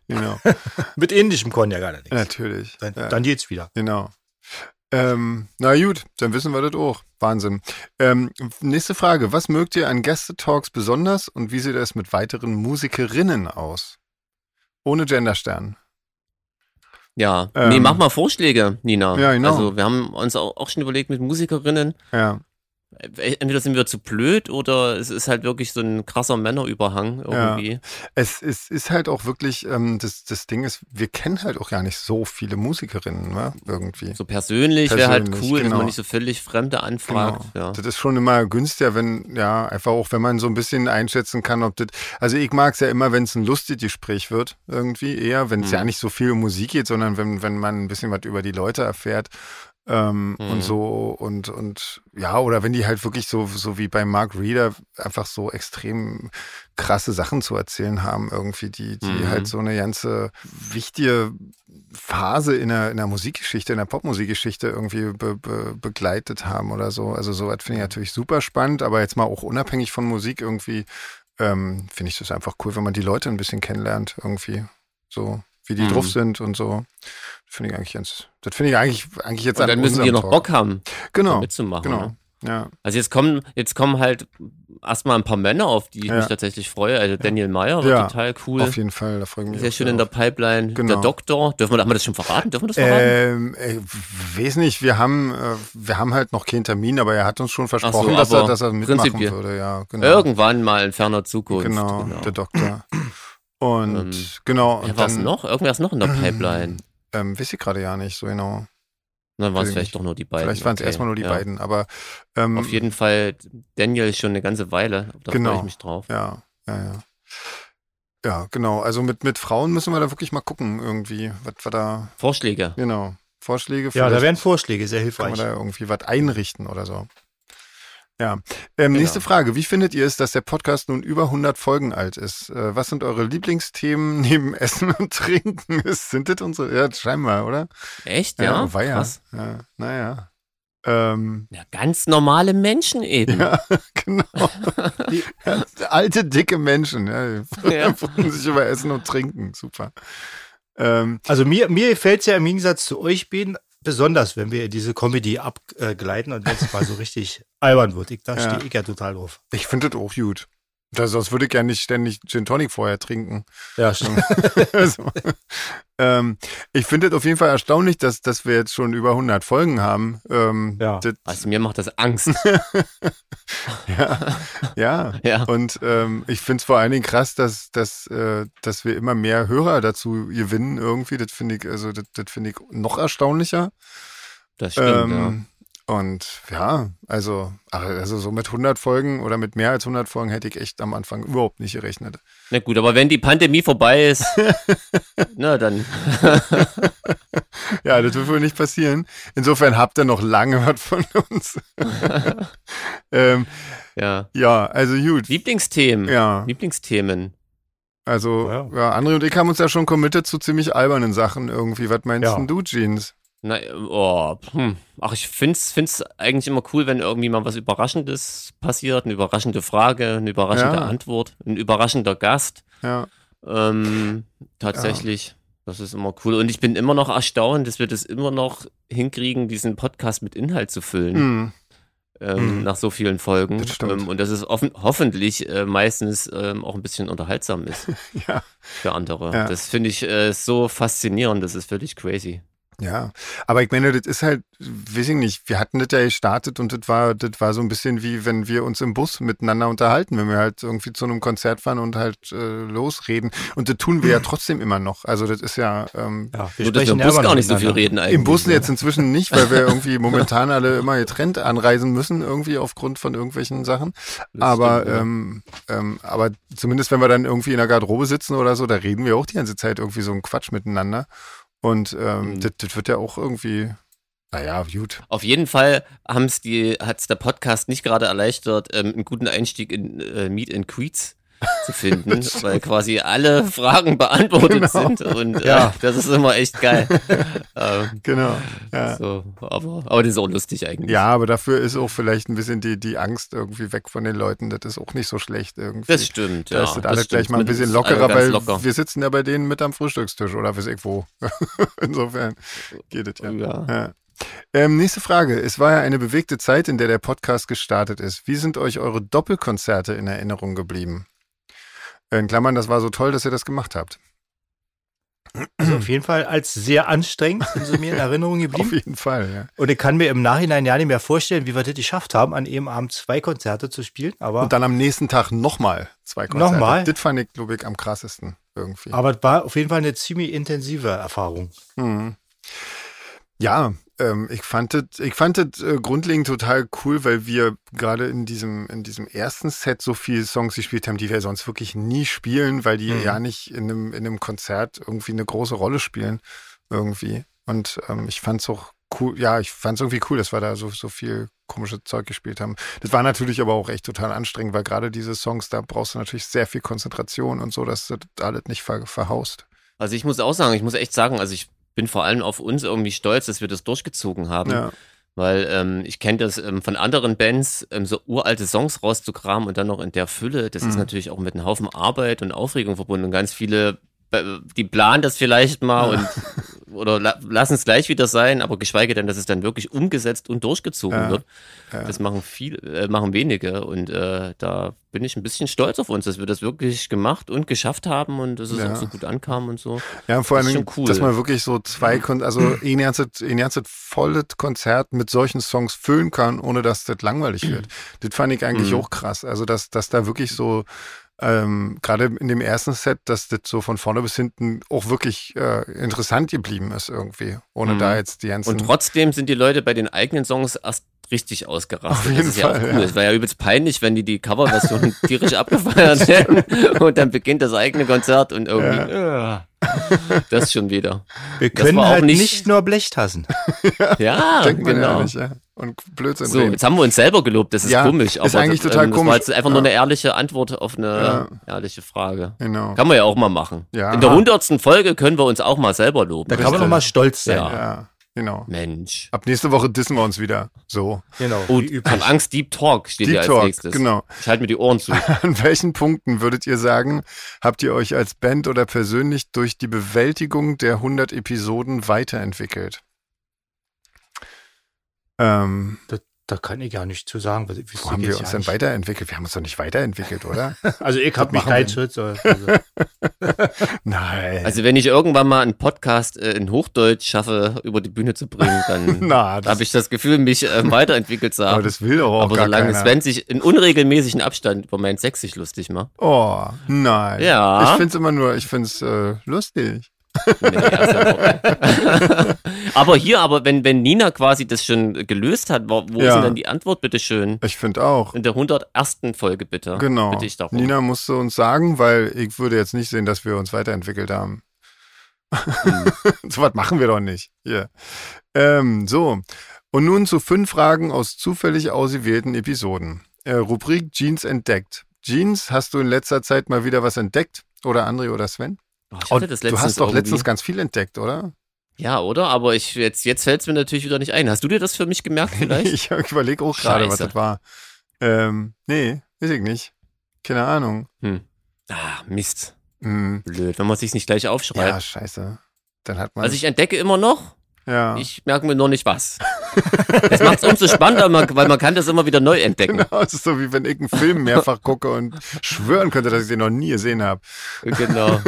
Genau. Mit indischem Cognac allerdings. Natürlich. Dann, Ja. dann geht's wieder. Genau. Ähm, na gut, dann wissen wir das auch. Wahnsinn. Ähm, nächste Frage. Was mögt ihr an Gästetalks besonders und wie sieht es mit weiteren Musikerinnen aus? Ohne Genderstern. Ja, Ähm. nee, mach mal Vorschläge, Nina. Ja, genau. Also wir haben uns auch, auch schon überlegt mit Musikerinnen. Ja, Äh, Entweder sind wir zu blöd oder es ist halt wirklich so ein krasser Männerüberhang Ja. irgendwie. es, es ist halt auch wirklich, ähm, das, das Ding ist, wir kennen halt auch gar nicht so viele Musikerinnen, ne? Irgendwie. So persönlich, wäre halt Persönlich, cool, dass genau. man nicht so völlig Fremde anfragt. Ja. Das ist schon immer günstiger, wenn, ja, einfach auch, wenn man so ein bisschen einschätzen kann, ob das, also ich mag es ja immer, wenn es ein lustiges Gespräch wird, irgendwie eher, wenn es Mhm. ja nicht so viel um Musik geht, sondern wenn, wenn man ein bisschen was über die Leute erfährt. Ähm, Mhm. Und so und und ja, oder wenn die halt wirklich so, so wie bei Mark Reader einfach so extrem krasse Sachen zu erzählen haben, irgendwie, die, die Mhm. halt so eine ganze wichtige Phase in der, in der Musikgeschichte, in der Popmusikgeschichte irgendwie be, be, begleitet haben oder so. Also sowas finde ich natürlich super spannend, aber jetzt mal auch unabhängig von Musik irgendwie ähm, finde ich das einfach cool, wenn man die Leute ein bisschen kennenlernt irgendwie. So. wie die Mhm. drauf sind und so. Finde ich eigentlich ganz, das finde ich eigentlich, eigentlich jetzt Und an dann müssen die unserem noch halt Talk. Bock haben, Genau, mitzumachen. genau. Ne? Ja, Also jetzt kommen, jetzt kommen halt erstmal ein paar Männer, auf die ich Ja. mich tatsächlich freue. Also Daniel Meyer wird Ja, total cool. auf jeden Fall, da freue ich mich Sehr auch schön sehr in der drauf. Pipeline. Genau. Der Doktor. Dürfen wir, haben wir das schon verraten? Dürfen wir das verraten? Ähm, ich weiß nicht, wir haben, äh, wir haben halt noch keinen Termin, aber er hat uns schon versprochen, dass, er, aber dass er mitmachen prinzipiell. würde, ja, genau. Irgendwann mal in ferner Zukunft. genau, der Doktor. Und Ähm, genau, und Ja, was dann noch? Irgendwer ist noch in der Pipeline. Ähm, weiß ich gerade ja nicht so genau. Dann waren es Weiß vielleicht ich doch nur die beiden. Vielleicht waren es okay. erstmal nur die ja. beiden, aber ähm, Auf jeden Fall Daniel schon eine ganze Weile. Da Genau. freue ich mich drauf. Ja, ja, ja. Ja, genau. Also mit, mit Frauen müssen wir da wirklich mal gucken, irgendwie, was wir da, Vorschläge. genau, Vorschläge Ja, da vielleicht wären Vorschläge sehr kann man hilfreich. da irgendwie was einrichten oder so. Ja. Ähm, Genau. Nächste Frage. Wie findet ihr es, dass der Podcast nun über 100 Folgen alt ist? Äh, was sind eure Lieblingsthemen neben Essen und Trinken? Ist, sind das unsere? Ja, scheinbar, oder? Echt? Ja. war ja. Krass. ja naja. Ähm, Ja, ganz normale Menschen eben. ja, genau. Die, alte, dicke Menschen, ja, die Ja. freuen sich über Essen und Trinken. Super. Ähm, Also mir, mir gefällt es ja im Gegensatz zu euch beiden besonders, wenn wir diese Comedy abgleiten und wenn es mal so richtig albern wird. Ich, da Ja. stehe ich ja total drauf. ich finde das auch gut. Das, sonst würde ich ja nicht ständig Gin Tonic vorher trinken. Ja, stimmt. also, ähm, ich finde es auf jeden Fall erstaunlich, dass, dass wir jetzt schon über 100 Folgen haben. Ähm, Ja. Das, Also mir macht das Angst. ja, ja. ja. Und ähm, ich finde es vor allen Dingen krass, dass, dass, äh, dass wir immer mehr Hörer dazu gewinnen irgendwie. Das finde ich, also das, das finde ich noch erstaunlicher. Das stimmt, ja. ähm, Und ja, also, ach, also so mit 100 Folgen oder mit mehr als 100 Folgen hätte ich echt am Anfang überhaupt nicht gerechnet. Na gut, aber wenn die Pandemie vorbei ist, na dann. Ja, das wird wohl nicht passieren. Insofern habt ihr noch lange was von uns. ähm, Ja. ja, also gut. Lieblingsthemen. Ja, Lieblingsthemen. also Ja. ja, André und ich haben uns ja schon committed zu ziemlich albernen Sachen irgendwie. Was meinst Ja. denn du, Jeans? Na, äh, oh, hm. Ach, ich find's, find's eigentlich immer cool, wenn irgendwie mal was Überraschendes passiert, eine überraschende Frage, eine überraschende Ja. Antwort, ein überraschender Gast. Ja, Ähm, tatsächlich, das ist immer cool. Und ich bin immer noch erstaunt, dass wir das immer noch hinkriegen, diesen Podcast mit Inhalt zu füllen, hm. ähm, Mhm. nach so vielen Folgen. Das stimmt. Ähm, und dass es offen, hoffentlich äh, meistens ähm, auch ein bisschen unterhaltsam ist Hm. ja. für andere. Ja. Das finde ich äh, so faszinierend, das ist völlig crazy. Ja, aber ich meine, das ist halt, weiß ich nicht, wir hatten das ja gestartet und das war, das war so ein bisschen wie, wenn wir uns im Bus miteinander unterhalten, wenn wir halt irgendwie zu einem Konzert fahren und halt äh, losreden. Und das tun wir ja trotzdem immer noch. Also das ist ja, ähm, Ja, wir Nur, dass wir sprechen im Bus immer gar noch nicht so viel miteinander. reden eigentlich. im Bus ne? jetzt inzwischen nicht, weil wir irgendwie momentan alle immer getrennt anreisen müssen, irgendwie aufgrund von irgendwelchen Sachen. Das Aber, stimmt, ja. ähm, ähm, aber zumindest wenn wir dann irgendwie in der Garderobe sitzen oder so, da reden wir auch die ganze Zeit irgendwie so einen Quatsch miteinander. Und ähm, Mhm. das, das wird ja auch irgendwie, naja, gut. Auf jeden Fall haben's die, hat's der Podcast nicht gerade erleichtert, ähm, einen guten Einstieg in äh, Meet and Creeds zu finden, weil quasi alle Fragen beantwortet Genau. sind und äh, Ja. das ist immer echt geil. ähm, Genau. Ja. so, aber, aber das ist auch lustig eigentlich. ja, aber dafür ist auch vielleicht ein bisschen die, die Angst irgendwie weg von den Leuten. Das ist auch nicht so schlecht irgendwie. Das stimmt. da ja, ist das das alles stimmt. gleich mal ein Man bisschen ist lockerer, alle ganz weil locker. wir sitzen ja bei denen mit am Frühstückstisch oder weiß ich wo. Insofern geht es ja. Ja. Ja. Ähm, nächste Frage. Es war ja eine bewegte Zeit, in der der Podcast gestartet ist. Wie sind euch eure Doppelkonzerte in Erinnerung geblieben? In Klammern, das war so toll, dass ihr das gemacht habt. Also auf jeden Fall als sehr anstrengend sind sie mir in Erinnerung Auf geblieben. jeden Fall, ja. Und ich kann mir im Nachhinein ja nicht mehr vorstellen, wie wir das geschafft haben, an einem Abend zwei Konzerte zu spielen. Aber, Und dann am nächsten Tag nochmal zwei Konzerte. Nochmal? Das fand ich, glaube ich, am krassesten irgendwie. aber es war auf jeden Fall eine ziemlich intensive Erfahrung. Mhm. Ja, ähm, ich fand das, ich fand das äh, grundlegend total cool, weil wir gerade in diesem, in diesem ersten Set so viele Songs gespielt haben, die wir sonst wirklich nie spielen, weil die Mhm. ja nicht in einem, in einem Konzert irgendwie eine große Rolle spielen. Irgendwie. Und ähm, ich fand's auch cool, ja, ich fand's irgendwie cool, dass wir da so, so viel komisches Zeug gespielt haben. Das war natürlich aber auch echt total anstrengend, weil gerade diese Songs, da brauchst du natürlich sehr viel Konzentration und so, dass du das alles nicht ver verhaust. Also ich muss auch sagen, ich muss echt sagen, also ich bin vor allem auf uns irgendwie stolz, dass wir das durchgezogen haben. Ja, Weil ähm, ich kenne das ähm, von anderen Bands, ähm, so uralte Songs rauszukramen und dann noch in der Fülle, das ist Mhm. natürlich auch mit einem Haufen Arbeit und Aufregung verbunden und ganz viele äh, die planen das vielleicht mal und oder la lassen es gleich wieder sein, aber geschweige denn, dass es dann wirklich umgesetzt und durchgezogen Ja, wird. ja. Das machen viel, äh, machen wenige und äh, da bin ich ein bisschen stolz auf uns, dass wir das wirklich gemacht und geschafft haben und dass es Ja. auch so gut ankam und so. Ja, und vor Das allen ist Dingen, schon cool. dass man wirklich so zwei, Kon also ein ganzes, ein ganzes volles Konzert mit solchen Songs füllen kann, ohne dass das langweilig wird. Das fand ich eigentlich Mhm. auch krass. Also, dass, dass da wirklich so, ähm, gerade in dem ersten Set, dass das so von vorne bis hinten auch wirklich äh, interessant geblieben ist irgendwie, ohne Mhm. da jetzt die ganzen... Und trotzdem sind die Leute bei den eigenen Songs erst richtig ausgerastet. Auf jeden das ist ja Fall, auch cool. ja. Es wäre ja übelst peinlich, wenn die die Coverversion tierisch abgefeiert hätten und dann beginnt das eigene Konzert und irgendwie äh, das schon wieder. Wir Das können war auch halt nicht, nicht- nur Blechtassen. Ja, denkt man ja genau. nicht, ja. Und Blödsinn so, reden. jetzt haben wir uns selber gelobt, das ist Ja, komisch. ist Aber eigentlich das, ähm, total das war jetzt komisch. einfach nur Ja. eine ehrliche Antwort auf eine Ja. ehrliche Frage. Genau. Kann man ja auch mal machen. Ja. In der hundertsten Folge können wir uns auch mal selber loben. Da kann man Richtig. doch mal stolz sein. Ja. Ja, genau. Mensch. Ab nächste Woche dissen wir uns wieder. So. Genau. Oh, wie hab üblich. Angst, Deep Talk steht Deep hier als Talk, nächstes. genau. Ich halte mir die Ohren zu. An welchen Punkten würdet ihr sagen, habt ihr euch als Band oder persönlich durch die Bewältigung der 100 Episoden weiterentwickelt? Ähm, Da kann ich ja nicht zu sagen. Was, wo haben wir uns denn weiterentwickelt? Wir haben uns doch nicht weiterentwickelt, oder? Also ich habe mich machen wir keinen denn? Schritt. Also. Nein. Also wenn ich irgendwann mal einen Podcast äh, in Hochdeutsch schaffe, über die Bühne zu bringen, dann Na, das, habe ich das Gefühl, mich äh, weiterentwickelt zu aber haben. das will doch auch Aber gar solange keiner. Sven sich in unregelmäßigen Abstand über mein Sächsisch lustig macht. oh, nein. Ja. Ich finde es immer nur, ich finde es äh, lustig. Nee, ist ja vorbei. aber hier, aber wenn, wenn Nina quasi das schon gelöst hat, wo, wo Ja. ist denn dann die Antwort, bitteschön? Ich finde auch. In der 101. Folge bitte. Genau. ne? Bitte ich darum. Nina musste uns sagen, weil ich würde jetzt nicht sehen, dass wir uns weiterentwickelt haben. Hm. so was machen wir doch nicht. Hier. Ähm, so. Und nun zu fünf Fragen aus zufällig ausgewählten Episoden. Äh, Rubrik Jeans entdeckt. Jeans, hast du in letzter Zeit mal wieder was entdeckt? Oder André oder Sven? Oh, ich hatte das du hast letztens doch letztens irgendwie- ganz viel entdeckt, oder? Ja, oder? Aber ich, jetzt, jetzt fällt es mir natürlich wieder nicht ein. Hast du dir das für mich gemerkt vielleicht? ich überlege auch gerade, was Scheiße. das war. Ähm, nee, weiß ich nicht. Keine Ahnung. Hm. Ah, Mist. Hm. Blöd, wenn man sich nicht gleich Ja, aufschreibt. scheiße. Dann hat man. also ich entdecke immer noch, ja. ich merke mir nur nicht was. Das macht es umso spannender, man- weil man kann das immer wieder neu entdecken. Genau, es ist so wie wenn ich einen Film mehrfach gucke und schwören könnte, dass ich den noch nie gesehen habe. Genau.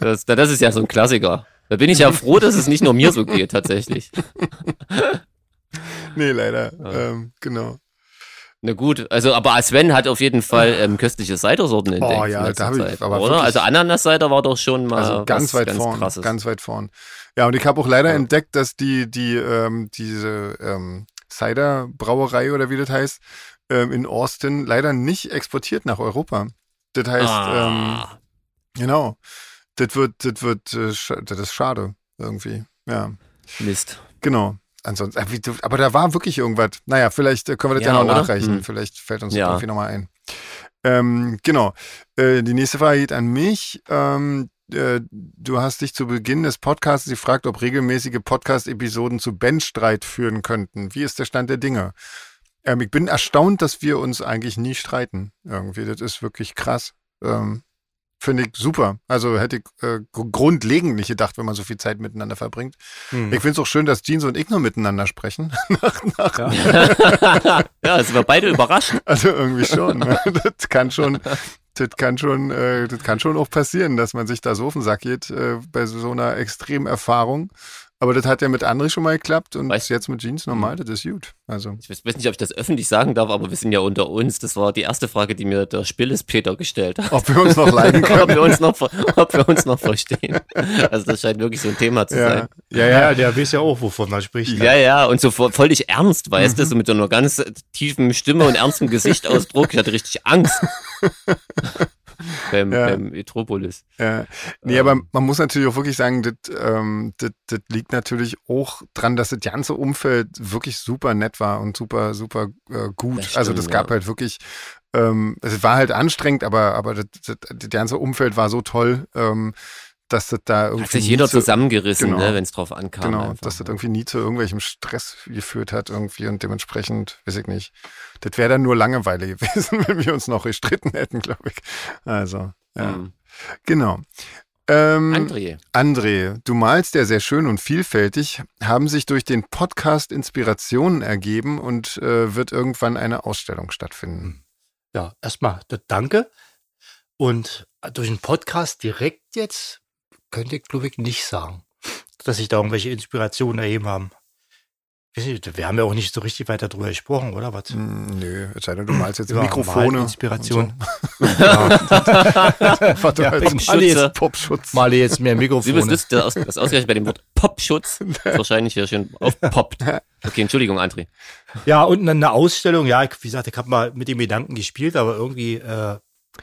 Das, na, das ist ja so ein Klassiker. Da bin ich ja froh, dass es nicht nur mir so geht, tatsächlich. Nee, leider. Ähm, genau. Na gut, also aber Sven hat auf jeden Fall ähm, köstliche Cidersorten entdeckt. Oh ja, in letzter da hab ich Zeit, aber oder? wirklich- Also Ananas-Cider war doch schon mal Also ganz Ah, was weit ganz vorn. krasses. Ganz weit vorn. Ja, und ich habe auch leider Ja. entdeckt, dass die, die, ähm, diese ähm, Cider-Brauerei oder wie das heißt, ähm, in Austin leider nicht exportiert nach Europa. Das heißt, ähm, ah, genau. Das wird, das wird, äh, sch- das ist schade irgendwie. Ja, Mist. genau. Ansonsten, aber wie- aber da war wirklich irgendwas. Naja, vielleicht äh, können wir das ja, Ja, noch oder? nachreichen. Hm. Vielleicht fällt uns Ja. das irgendwie nochmal ein. Ähm, genau. Äh, die nächste Frage geht an mich. Ähm, äh, du hast dich zu Beginn des Podcasts gefragt, ob regelmäßige Podcast-Episoden zu Bandstreit führen könnten. Wie ist der Stand der Dinge? Ähm, ich bin erstaunt, dass wir uns eigentlich nie streiten. Irgendwie, das ist wirklich krass. Ähm, Finde ich super. Also hätte ich äh, gr- grundlegend nicht gedacht, wenn man so viel Zeit miteinander verbringt. Hm. Ich finde es auch schön, dass Jeans und ich nur miteinander sprechen. Ja. ja, sind wir beide überrascht. Also irgendwie schon. ne? das kann schon, das kann schon, äh, das kann schon auch passieren, dass man sich da so auf den Sack geht äh, bei so einer extremen Erfahrung. Aber das hat ja mit André schon mal geklappt und Weißt- jetzt mit Jeans normal, das ist gut. Also. Ich weiß weiß nicht, ob ich das öffentlich sagen darf, aber wir sind ja unter uns. Das war die erste Frage, die mir der Spilles Peter gestellt hat. Ob wir uns noch leiden ob, können. wir uns noch, ver- ob wir uns noch verstehen. Also das scheint wirklich so ein Thema zu Ja, sein. ja, ja. ja, der weiß ja auch, wovon man spricht. Ja, ja, und so vo- völlig ernst, weißt Mhm. du, so mit so einer ganz tiefen Stimme und ernstem Gesichtsausdruck. Ich hatte richtig Angst. beim, Ja. beim Metropolis. ja. Äh, Nee, aber Ähm. man muss natürlich auch wirklich sagen, das, ähm, das, das liegt natürlich auch dran, dass das ganze Umfeld wirklich super nett war und super, super äh, gut. Das also stimmt, das gab ja. halt wirklich, ähm, es war halt anstrengend, aber, aber das, das, das ganze Umfeld war so toll, ähm, dass das da irgendwie Hat sich nie jeder zu, zusammengerissen, Genau. ne, wenn es drauf ankam. genau, einfach. ne? dass das irgendwie nie zu irgendwelchem Stress geführt hat irgendwie und dementsprechend, weiß ich nicht, das wäre dann nur Langeweile gewesen, wenn wir uns noch gestritten hätten, glaube ich. Also, ja. Mhm. Genau. Ähm, André. André, du malst ja sehr schön und vielfältig, haben sich durch den Podcast Inspirationen ergeben und äh, wird irgendwann eine Ausstellung stattfinden. Hm. Ja, erstmal d- danke. Und äh, durch den Podcast direkt jetzt könnte ich, glaube ich, nicht sagen, dass sich da irgendwelche Inspirationen erheben haben. Weiß nicht, Wir haben ja auch nicht so richtig weiter drüber gesprochen, oder was? Hm, Nö, es sei denn, du malst jetzt Über Mikrofone. Inspiration. Warte, Ja, also Popschutze. jetzt Popschutz. Male jetzt mehr Sie müssen Mikrofone. das, das, das ausgerechnet bei dem Wort Popschutz ist wahrscheinlich hier schön aufpoppt. Okay, Entschuldigung, André. Ja, und dann eine Ausstellung. Ja, ich, wie gesagt, ich habe mal mit dem Gedanken gespielt, aber irgendwie äh,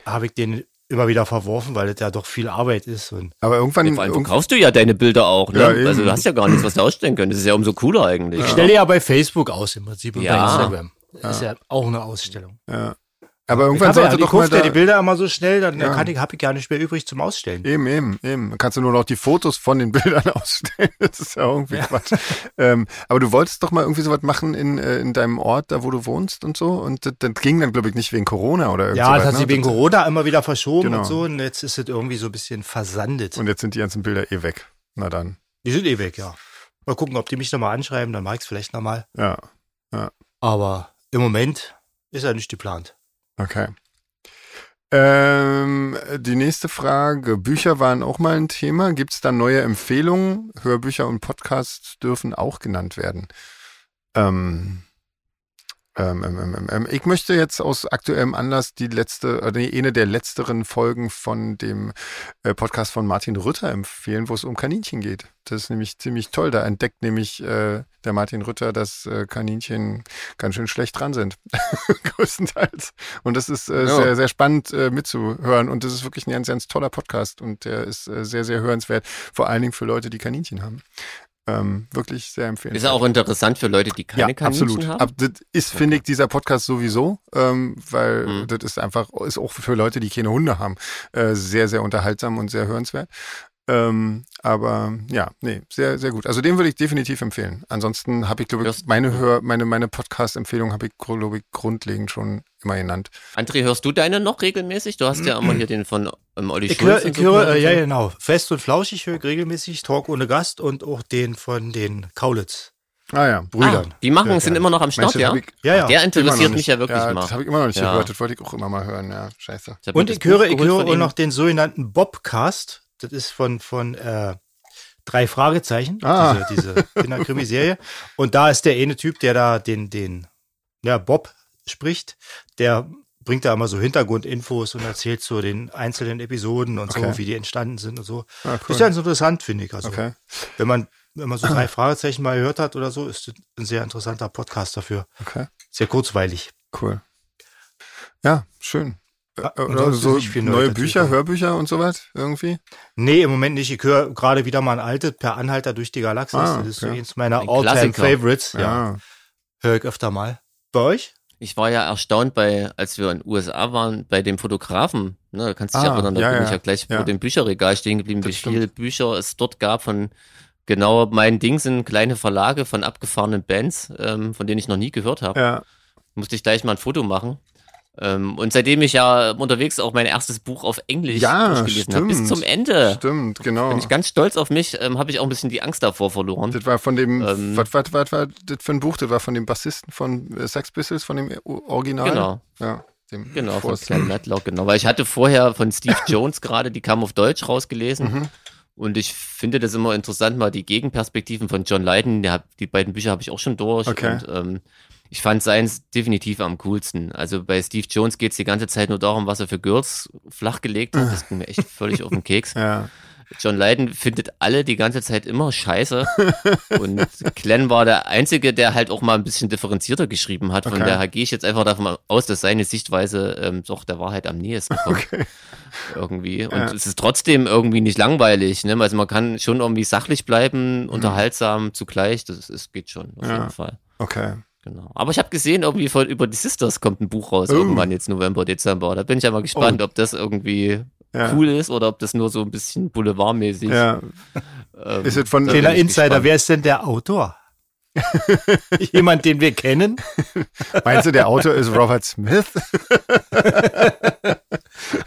habe ich den immer wieder verworfen, weil das ja doch viel Arbeit ist. Und Aber irgendwann, Ja, vor allem irgend- verkaufst du ja deine Bilder auch, ne? Ja, eben. also du hast ja gar nichts, was du ausstellen könntest. Das ist ja umso cooler eigentlich. ich stelle ja bei Facebook aus im Prinzip und bei Ja. Instagram. Das ist ja auch eine Ausstellung. aber Ich habe irgendwann ja, sollte die doch mal kauft ja die da, Bilder immer so schnell, dann ja. kann ich, habe ich gar nicht mehr übrig zum Ausstellen. Eben, eben, eben. Dann Kannst du nur noch die Fotos von den Bildern ausstellen. Das ist ja irgendwie Quatsch. Ähm, aber du wolltest doch mal irgendwie sowas machen in, äh, in deinem Ort, da wo du wohnst und so. Und das, das ging dann, glaube ich, nicht wegen Corona oder ne? irgendwas. Ja, das hat sich wegen Corona immer wieder verschoben Genau. und so. Und jetzt ist es irgendwie so ein bisschen versandet. Und jetzt sind die ganzen Bilder eh weg. Na dann. die sind eh weg, ja. Mal gucken, ob die mich nochmal anschreiben, dann mag ich es vielleicht nochmal. Ja, Aber im Moment ist ja nicht geplant. okay. Ähm, die nächste Frage. Bücher waren auch mal ein Thema. Gibt es da neue Empfehlungen? Hörbücher und Podcasts dürfen auch genannt werden. Ähm, ähm, ähm, ähm, ähm, ähm, ich möchte jetzt aus aktuellem Anlass die letzte, äh, nee, eine der letzteren Folgen von dem äh, Podcast von Martin Rütter empfehlen, wo es um Kaninchen geht. Das ist nämlich ziemlich toll. Da entdeckt nämlich äh, der Martin Rütter, dass äh, Kaninchen ganz schön schlecht dran sind. Größtenteils. Und das ist äh, Ja. sehr, sehr spannend äh, mitzuhören. Und das ist wirklich ein ganz, ganz toller Podcast und der ist äh, sehr, sehr hörenswert. Vor allen Dingen für Leute, die Kaninchen haben. Ähm, wirklich sehr empfehlenswert Ist ja auch interessant für Leute, die keine Kaninchen absolut. haben. Ab, das ist, finde ich, dieser Podcast sowieso, ähm, weil Mhm. das ist einfach, ist auch für Leute, die keine Hunde haben, äh, sehr, sehr unterhaltsam und sehr hörenswert. Ähm, aber ja, nee, sehr, sehr gut. Also den würde ich definitiv empfehlen. Ansonsten habe ich, glaube ich, Hörst- meine Hör, meine, meine Podcast-Empfehlung habe ich, glaube ich, grundlegend schon immer genannt. André, hörst du deine noch regelmäßig? Du hast ja immer hier den von ähm, Olli Ich Schulz. höre, ich und so höre gehört. äh, ja genau, fest und flauschig höre ich regelmäßig Talk ohne Gast und auch den von den Kaulitz. Ah ja, ah, Brüder. die machen Ja, sind ja. immer noch am Mensch, Start, das ja? hab ich Ja, ja. Der immer noch interessiert mich nicht. ja wirklich ja, mal. Das habe ich immer noch nicht Ja. gehört. Das wollte ich auch immer mal hören. Ja, scheiße. Ich hab mir Und das ich höre, ich Buch geholt höre von auch ihm. noch den sogenannten Bobcast. Das ist von, von äh, drei Fragezeichen, Ah. diese, diese Kinderkrimiserie. Und da ist der eine Typ, der da den, den ja, Bob spricht, der bringt da immer so Hintergrundinfos und erzählt so den einzelnen Episoden und Okay. so, wie die entstanden sind und so. Ah, Ist ganz interessant, finde ich. Also, Okay. wenn man wenn man so drei Fragezeichen mal gehört hat oder so, ist das ein sehr interessanter Podcast dafür. Okay. Sehr kurzweilig. Cool. Ja, schön. Ja, Äh, Oder ansonsten so nicht viel Neues neue dazu Bücher, kommen. Hörbücher und sowas irgendwie? Nee, im Moment nicht. Ich höre gerade wieder mal ein altes Per Anhalter durch die Galaxis. Ah, das ist so okay. eins meiner Ein Klassiker. All-Time-Favorites. Ja. Ja. Höre ich öfter mal. Bei euch? Ich war ja erstaunt bei, als wir in den USA waren, bei dem Fotografen. Ne, da kannst du dich Ah, erinnern, da ja, bin ja, ich ja gleich ja. vor dem Bücherregal stehen geblieben, Das wie stimmt. viele Bücher es dort gab von genau mein Ding sind kleine Verlage von abgefahrenen Bands, ähm, von denen ich noch nie gehört habe. Ja. Musste ich gleich mal ein Foto machen. Ähm, und seitdem ich ja unterwegs auch mein erstes Buch auf Englisch Ja, durchgelesen habe, bis stimmt. zum Ende. Stimmt, genau. Äh, Bin ich ganz stolz auf mich, ähm, habe ich auch ein bisschen die Angst davor verloren. Das war von dem, Ähm. was, was, was war das für ein Buch? Das war von dem Bassisten von äh, Sex Pistols, von dem O- Original? Genau. Ja, dem Genau, von Forst. Slam Matlock, genau. Weil ich hatte vorher von Steve Jones gerade, die kam auf Deutsch rausgelesen. Mhm. Und ich finde das immer interessant, mal die Gegenperspektiven von John Lydon. Der, hat- die beiden Bücher habe ich auch schon durch. Okay. Und ähm, ich fand seins definitiv am coolsten. Also bei Steve Jones geht es die ganze Zeit nur darum, was er für Girls flachgelegt hat. Das ging mir echt völlig auf den Keks. Ja, John Lydon findet alle die ganze Zeit immer scheiße. Und Glenn war der Einzige, der halt auch mal ein bisschen differenzierter geschrieben hat. Von Okay. daher gehe ich jetzt einfach davon aus, dass seine Sichtweise ähm, doch der Wahrheit am nächsten kommt. Irgendwie. Und Ja. es ist trotzdem irgendwie nicht langweilig. Ne? Also man kann schon irgendwie sachlich bleiben, unterhaltsam zugleich. Das, ist geht schon, auf Mhm. Ja. jeden Fall. okay. Genau. Aber ich habe gesehen, irgendwie von über die Sisters kommt ein Buch raus, Oh. irgendwann jetzt November, Dezember. Da bin ich ja mal gespannt, ob das irgendwie Ja. cool ist oder ob das nur so ein bisschen boulevardmäßig Ja, ähm, Ist es von- äh, da bin Kleiner ich Insider, gespannt. wer ist denn der Autor? Jemand, den wir kennen? Meinst du, der Autor ist Robert Smith?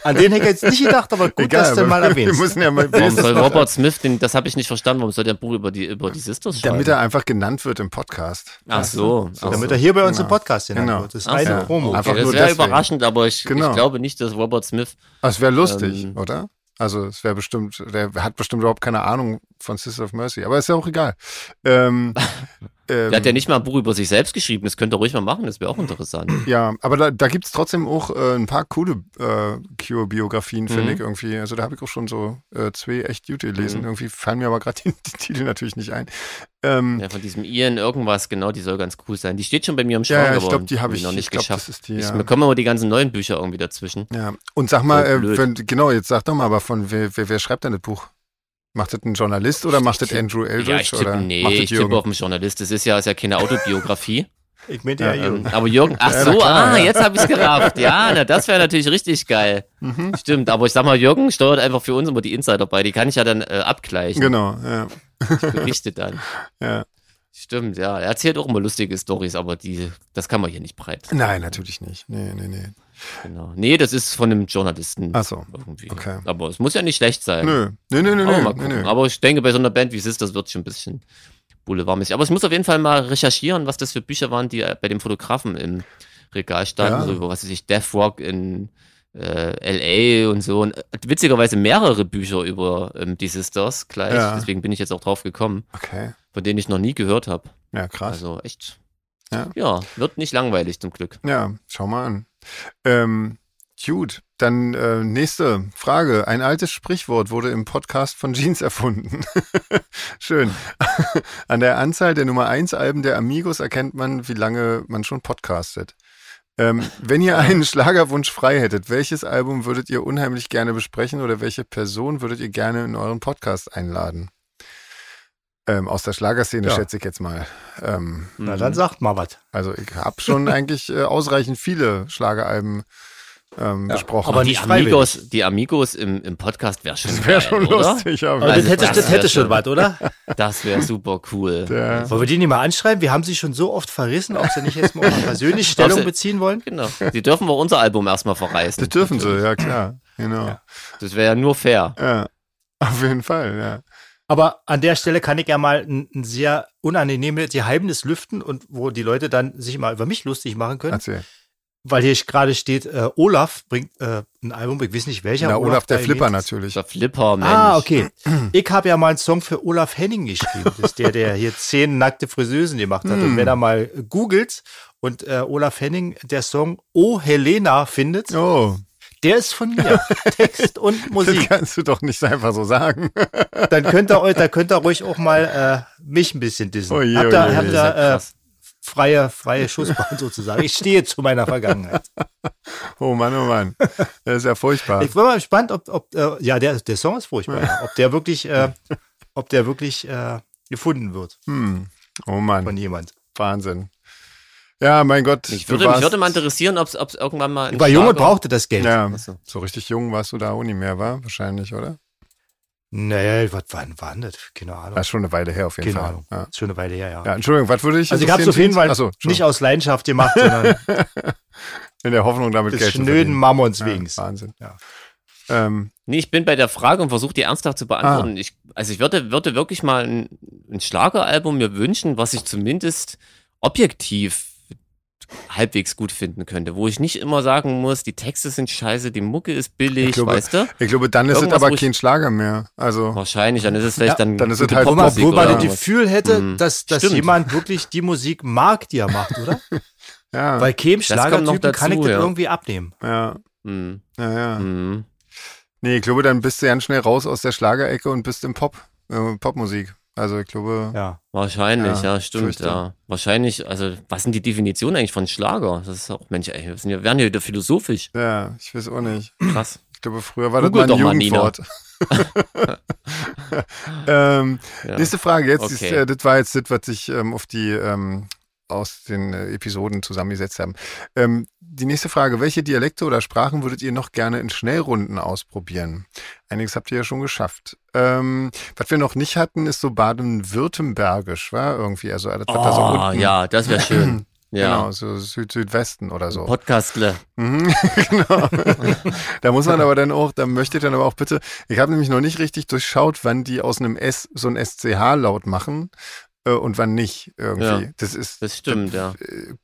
An den hätte ich jetzt nicht gedacht, aber gut, dass du aber mal Wir erwähnst. müssen ja mal Warum wenigstens soll noch- Robert Smith, den, das habe ich nicht verstanden, warum soll der ein Buch über die, über die Sisters schreiben? Damit er einfach genannt wird im Podcast. Ach so. Ach so. Damit er hier bei uns im Genau. Podcast genannt Genau. wird. Das ist Ach eine so. Promo. Einfach okay, nur das wäre deswegen. überraschend, aber ich, Genau. ich glaube nicht, dass Robert Smith Es wäre lustig, Ähm. oder? Also es wäre bestimmt, der hat bestimmt überhaupt keine Ahnung von Sister of Mercy, aber ist ja auch egal. Ähm, ähm, Der hat ja nicht mal ein Buch über sich selbst geschrieben. Das könnt ihr ruhig mal machen, das wäre auch interessant. Ja, aber da, da gibt's trotzdem auch äh, ein paar coole äh, Cure-Biografien, finde Mhm. ich irgendwie. Also da habe ich auch schon so äh, zwei echt gute gelesen. Irgendwie fallen mir aber gerade die, die Titel natürlich nicht ein. Ähm, Ja, von diesem Ian irgendwas, genau, die soll ganz cool sein. Die steht schon bei mir im Schrank, ja, ja, aber ich glaube, die habe irgendwie ich noch nicht ich glaub, geschafft. Das ist die, Ich ja. bekomme immer die ganzen neuen Bücher irgendwie dazwischen. ja. Und sag mal, Voll äh, blöd. wenn, genau, jetzt sag doch mal, aber von wer, wer, wer schreibt denn das Buch? Macht das ein Journalist oder macht das tipp- Andrew Eldridge? ja, ich tippe, oder nee, macht das ich tippe Jürgen? auf einen Journalist. Das ist ja, ist ja keine Autobiografie. Ich meinte ja, Ja, ähm, Jürgen. Ähm, aber Jürgen, ach Ja, so, na klar, ah, ja. jetzt habe ich es gerafft. Ja, na, das wäre natürlich richtig geil. Mhm. Stimmt, aber ich sag mal, Jürgen steuert einfach für uns immer die Insider bei. Die kann ich ja dann äh, abgleichen. Genau, ja. berichtet dann. Ja. Stimmt, ja. Er erzählt auch immer lustige Stories, aber die, das kann man hier nicht breit. Nein, natürlich nicht. Nee, nee, nee. Genau. Nee, das ist von einem Journalisten Ach so. irgendwie. okay. Aber es muss ja nicht schlecht sein. Nö, nö, nö, nö, aber, nö, mal nö, gucken. nö. aber ich denke, bei so einer Band wie Sisters wird schon ein bisschen boulevardmäßig. Aber ich muss auf jeden Fall mal recherchieren, was das für Bücher waren, die äh, bei dem Fotografen im Regal standen, Ja. so über was weiß ich, Death Rock in äh, LA und so. Und äh, witzigerweise mehrere Bücher über ähm, die Sisters gleich. Ja. Deswegen bin ich jetzt auch drauf gekommen, Okay. von denen ich noch nie gehört habe. Ja, krass. Also echt. Ja. Ja. wird nicht langweilig zum Glück. Ja, schau mal an. Ähm, gut, dann äh, nächste Frage. Ein altes Sprichwort wurde im Podcast von Jeans erfunden. Schön. An der Anzahl der Nummer 1 Alben der Amigos erkennt man, wie lange man schon podcastet. Ähm, wenn ihr einen Schlagerwunsch frei hättet, welches Album würdet ihr unheimlich gerne besprechen oder welche Person würdet ihr gerne in euren Podcast einladen? Ähm, aus der Schlagerszene Ja. schätze ich jetzt mal. Ähm, Na, dann sagt mal was. also ich habe schon eigentlich äh, ausreichend viele Schlageralben ähm, besprochen. aber die nicht freiwillig. Amigos, die Amigos im, im Podcast wäre schon, das wäre schon geil, oder? lustig, aber Aber Also das hätte, das das wär hätte schon schon- was, oder? Das wäre super cool. der, Wollen wir die nicht mal anschreiben? Wir haben sie schon so oft verrissen, ob sie nicht jetzt mal, mal persönlich Stellung beziehen wollen. Genau. Die dürfen wir unser Album erstmal verreißen. das dürfen sie, ja klar. Genau. Ja. Das wäre ja nur fair. Auf jeden Fall, ja. Aber an der Stelle kann ich ja mal ein, ein sehr unangenehmes Geheimnis lüften und wo die Leute dann sich mal über mich lustig machen können, Erzähl. weil hier gerade steht, äh, Olaf bringt äh, ein Album, ich weiß nicht welcher. Na, Olaf der da Flipper erwähnt ist. natürlich. Der Flipper, Mensch. Ah, okay. Ich habe ja mal einen Song für Olaf Henning geschrieben. Das ist der, der hier zehn nackte Friseusen gemacht hat. Mm. Und wenn er mal googelt und äh, Olaf Henning der Song Oh Helena findet, Oh, der ist von mir. Text und das Musik. kannst du doch nicht einfach so sagen. Dann könnt ihr euch, da könnt ihr ruig auch mal äh, mich ein bisschen dissen. Oh je, habt ihr, oh je. habt ihr Das ist ja äh, krass. freie, freie Schussbahn sozusagen. Ich stehe zu meiner Vergangenheit. Oh Mann, oh Mann. Das ist ja furchtbar. Ich bin mal gespannt, ob, ob äh, ja, der, der Song ist furchtbar, ja. ob der wirklich, äh, ob der wirklich äh, gefunden wird Oh Mann, von jemand. Wahnsinn. Ja, mein Gott. Mich du würde, mich warst- würde mal interessieren, ob es irgendwann mal. ein Ich war jung und Schlager- brauchte das Geld. Ja, Ach so. so richtig jung warst du da auch nicht mehr, war wahrscheinlich, oder? Naja, was wann war denn das? Keine Ahnung. Das ist schon eine Weile her auf jeden Keine Fall. Ahnung. Ja. Ist schon eine Weile her, ja. Ja, Entschuldigung, was würde ich Genau. Also ich habe es interessieren, auf jeden Jens? Fall Achso, nicht Entschuldigung. aus Leidenschaft gemacht, sondern in der Hoffnung, damit des Geld zu schnöden verdienen. Mammons Ja, wegen. Wahnsinn. Ja. Ähm, Nee, ich bin bei der Frage und versuche die ernsthaft zu beantworten. Ah. Ich, also ich würde, würde wirklich mal ein, ein Schlageralbum mir wünschen, was ich zumindest objektiv halbwegs gut finden könnte, wo ich nicht immer sagen muss, die Texte sind scheiße, die Mucke ist billig, Ich glaube- weißt du? ich glaube, dann ist es Irgendwas, aber wo ich- kein Schlager mehr. Also, Wahrscheinlich, dann ist es vielleicht Ja, dann, dann ist gute es halt Wo man, Popmusik wo man oder das irgendwas. Gefühl hätte, Mhm. dass, dass Stimmt. jemand wirklich die Musik mag, die er macht, oder? ja, Bei keinem kommt noch Schlagertypen kann ich dazu, das ja. irgendwie abnehmen. ja, Mhm. ja, ja. Mhm. Nee, ich glaube, dann bist du ganz schnell raus aus der Schlagerecke und bist im Pop, äh, Popmusik. Also, ich glaube, Ja. Wahrscheinlich, Ja, ja, stimmt, fürchte. ja. Wahrscheinlich, also, was sind die Definitionen eigentlich von Schlager? Das ist auch, Mensch, ey, wir sind ja- wir werden ja wieder philosophisch. ja, ich weiß auch nicht. Krass. Ich glaube, früher war das Google mal ein doch mal, Nina. Jugendwort. ähm, Ja. Nächste Frage jetzt. Ist, Okay. äh, das war jetzt das, was ich ähm, auf die ähm, aus den äh, Episoden zusammengesetzt haben. Ähm, die nächste Frage, welche Dialekte oder Sprachen würdet ihr noch gerne in Schnellrunden ausprobieren? Einiges habt ihr ja schon geschafft. Ähm, was wir noch nicht hatten, ist so Baden-Württembergisch, war irgendwie, also alles, was da so Oh, unten, ja, das wäre schön. Ja. genau, so Süd Südwesten oder so. Podcastle. Mhm, genau. da muss man aber dann auch, da möchte ich dann aber auch bitte, ich habe nämlich noch nicht richtig durchschaut, wann die aus einem S so ein SCH-Laut machen äh, und wann nicht irgendwie. Ja. Das ist Das stimmt, ja.